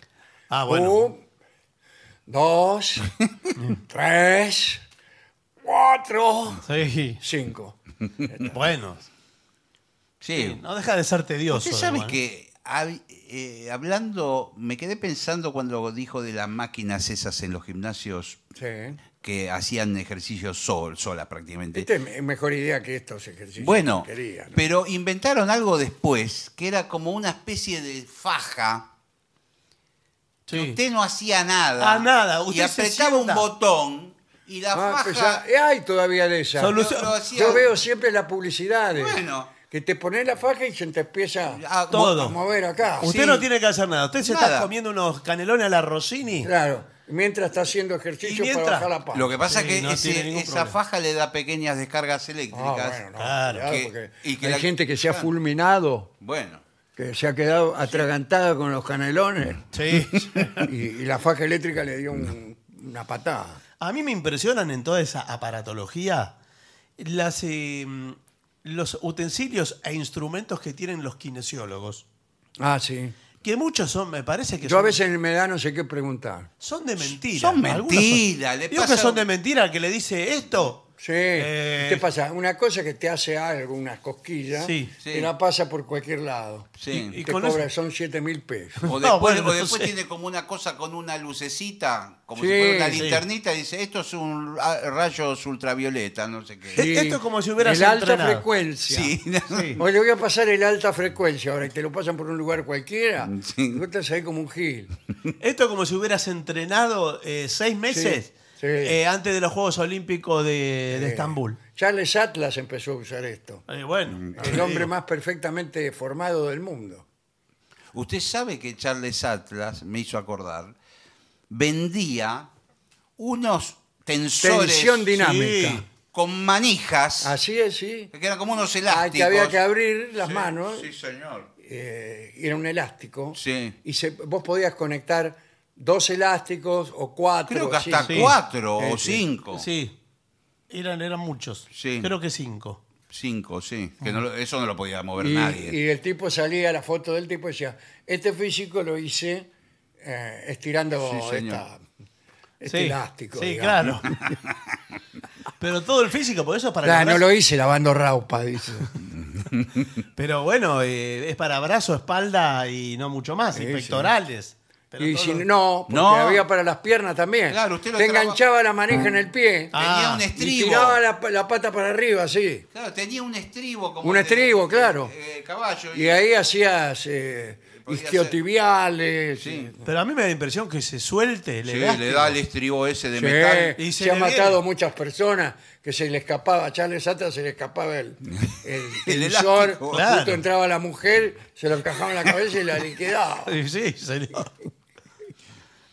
B: Ah, bueno.
C: Uh.
A: Un, dos, tres, cuatro,
B: Sí.
A: cinco.
B: Bueno,
C: Sí.
B: no deja de ser tedioso.
C: Usted sabe
B: igual.
C: que hab- eh, hablando, me quedé pensando cuando dijo de las máquinas esas en los gimnasios
A: Sí.
C: que hacían ejercicio sol, sola prácticamente.
A: Esta es me- mejor idea que estos ejercicios.
C: Bueno,
A: que quería, ¿no?
C: pero inventaron algo después que era como una especie de faja.
B: Sí.
C: que Usted no hacía nada.
B: Ah, nada,
C: y
B: usted se
C: apretaba un
B: sienta.
C: botón y la
A: Ah,
C: faja.
A: pues ya- hay todavía de esas.
B: Solu-
C: lo- lo hacía-
A: Yo veo siempre las publicidades.
C: Bueno.
A: Que te pones la faja y se te empieza
C: Ah,
B: Todo.
A: a mover acá.
B: Usted
C: Sí.
B: no tiene que hacer nada. Usted se está
C: Nada.
B: comiendo unos canelones a la Rossini.
A: Claro. Mientras está haciendo ejercicio
B: Y mientras-
A: para bajar la Ah, panza.
C: Lo que pasa
B: Sí,
C: que
B: no
C: ese-
B: tiene ningún
C: esa
B: problema.
C: faja le da pequeñas descargas eléctricas.
A: Ah, bueno, no,
B: Claro.
A: cuidado,
C: Que-
A: porque
C: y que
A: hay
C: la-
A: gente que se ha
C: claro.
A: fulminado,
C: Bueno.
A: que se ha quedado atragantada con los canelones
B: Sí.
A: y, y la faja eléctrica le dio un- una patada.
B: A mí me impresionan en toda esa aparatología las, eh, los utensilios e instrumentos que tienen los kinesiólogos.
A: Ah, sí.
B: Que muchos son, me parece que
A: Yo a
B: son,
A: veces me da no sé qué preguntar.
B: son de mentira.
C: Son
B: Algunos
C: mentira, le
B: Digo
C: pasa-
B: que son de mentira el que le dice esto.
A: Sí.
B: Eh,
A: ¿Qué pasa? Una cosa que te hace algo, unas cosquillas,
B: Sí,
C: sí.
A: te la pasa por cualquier lado.
C: Sí.
B: Y- y-
A: te
B: con
A: cobra, son 7 mil pesos.
C: O después,
B: No, bueno,
C: o después
B: no sé.
C: tiene como una cosa con una lucecita, como
A: Sí,
C: si fuera una
A: sí.
C: linternita, y dice, esto es un ra- rayos ultravioleta, no sé qué.
B: Sí. Esto es como si hubieras
A: El alta
B: entrenado.
A: frecuencia.
C: Sí.
B: Sí.
A: Oye, le voy a pasar el alta frecuencia ahora y te lo pasan por un lugar cualquiera.
C: Mm, Sí.
A: Tú estás ahí como un gil.
B: Esto como si hubieras entrenado eh, seis meses
A: sí.
B: eh, antes de los Juegos Olímpicos de, de
A: Eh,
B: Estambul.
A: Charles Atlas empezó a usar esto.
B: Eh, bueno,
C: Ah,
A: El hombre más perfectamente formado del mundo.
C: Usted sabe que Charles Atlas, me hizo acordar, vendía unos tensores
A: Tensión dinámica.
B: sí.
C: con manijas,
A: Así es, sí.
C: que eran como unos
A: Ah,
C: elásticos.
A: que había que abrir las
C: Sí,
A: manos.
C: Sí, señor.
A: eh, y era un elástico.
C: Sí.
A: Y se- vos podías conectar dos elásticos o cuatro.
C: Creo que hasta
A: cinco.
B: sí.
C: cuatro
A: Sí,
C: o
A: sí.
C: cinco.
B: Sí. Eran, eran muchos.
C: Sí.
B: Creo que cinco.
C: Cinco, sí. Que no lo- eso no lo podía mover
A: Ah. Y,
C: nadie.
A: y el tipo salía, la foto del tipo decía, este físico lo hice eh, estirando
C: Sí, señor.
A: esta- este
B: Sí.
A: elástico.
B: Sí,
A: digamos".
B: claro. Pero todo el físico, por eso es para
A: Claro, no
B: el
A: lo
B: brazo.
A: hice lavando raupa, dice.
B: Pero bueno, eh, es para brazo, espalda y no mucho más, y
A: sí.
B: pectorales. Pero
A: y
B: todo
A: si
B: lo-
A: no, porque
C: No.
A: había para las piernas también.
C: Claro, usted lo
A: Te
C: traba-
A: enganchaba la manija en el pie
B: Ah,
C: Tenía un
B: y
A: y
C: estribo.
A: tiraba la, la pata para arriba, así.
C: Claro, tenía un estribo como
A: Un
C: el de-
A: estribo,
C: el-
A: claro.
C: el caballo.
A: Y ahí hacías eh,
C: Podía ser.
A: isquiotibiales. eh,
C: Sí.
B: Pero a mí me da la impresión que se suelte el
C: Sí,
B: elástico.
C: le da el estribo ese de
A: Sí,
C: metal.
B: Y se
A: se ha
B: le
A: matado
B: viene.
A: muchas personas que se le escapaba, a Charles Atlas se le escapaba el, el,
C: El
A: tensor,
C: elástico.
A: justo
B: Claro.
A: entraba la mujer, se lo encajaba en la cabeza y la liquidaba.
B: Sí, sí, señor.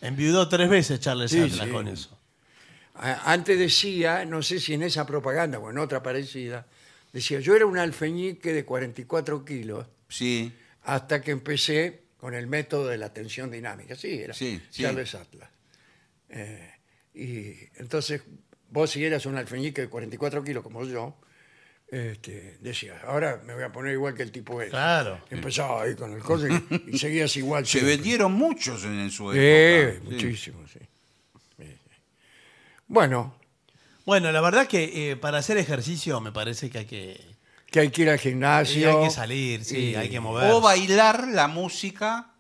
B: Enviudó tres veces Charles
A: Sí,
B: Atlas
A: sí.
B: con eso.
A: A- Antes decía, no sé si en esa propaganda o en otra parecida, decía, yo era un alfeñique de 44 kilos
C: Sí,
A: hasta que empecé con el método de la tensión dinámica. Sí, era
C: Sí, sí.
A: Charles Atlas. Eh, y entonces, vos si eras un alfeñique de 44 kilos como yo, este, decías, ahora me voy a poner igual que el tipo ese.
B: Claro.
A: Empezaba ahí con el coso y, y seguías igual.
C: se
A: siempre.
C: vendieron muchos en, en su época.
A: Eh,
C: Sí.
A: muchísimo, sí. Sí, sí. Bueno,
B: Bueno, la verdad que eh, para hacer ejercicio me parece que hay que,
A: que hay que ir al
B: y
A: gimnasio.
B: hay que salir, sí,
A: Y-
B: hay que mover.
C: O bailar la música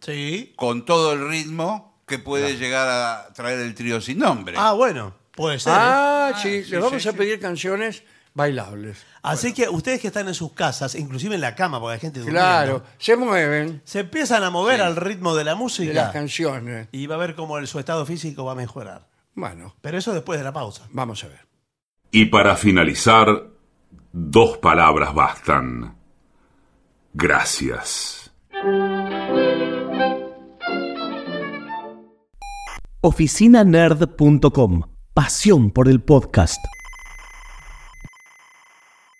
B: Sí.
C: con todo el ritmo que puede llegar a traer el trío sin nombre.
B: Ah, bueno, Puede ser. ¿eh?
A: Ah, sí,
C: sí,
A: le vamos
C: sí,
A: a
C: sí.
A: pedir canciones bailables.
B: Así que ustedes que están en sus casas, inclusive en la cama, porque hay gente durmiendo,
A: Claro, se mueven
B: se empiezan a mover al ritmo de la música
A: de las canciones.
B: y va a ver cómo el- su estado físico va a mejorar.
A: Bueno,
B: Pero eso después de la pausa.
A: vamos a ver.
D: Y para finalizar, dos palabras bastan. Gracias.
E: oficinanerd.com. Pasión por el podcast.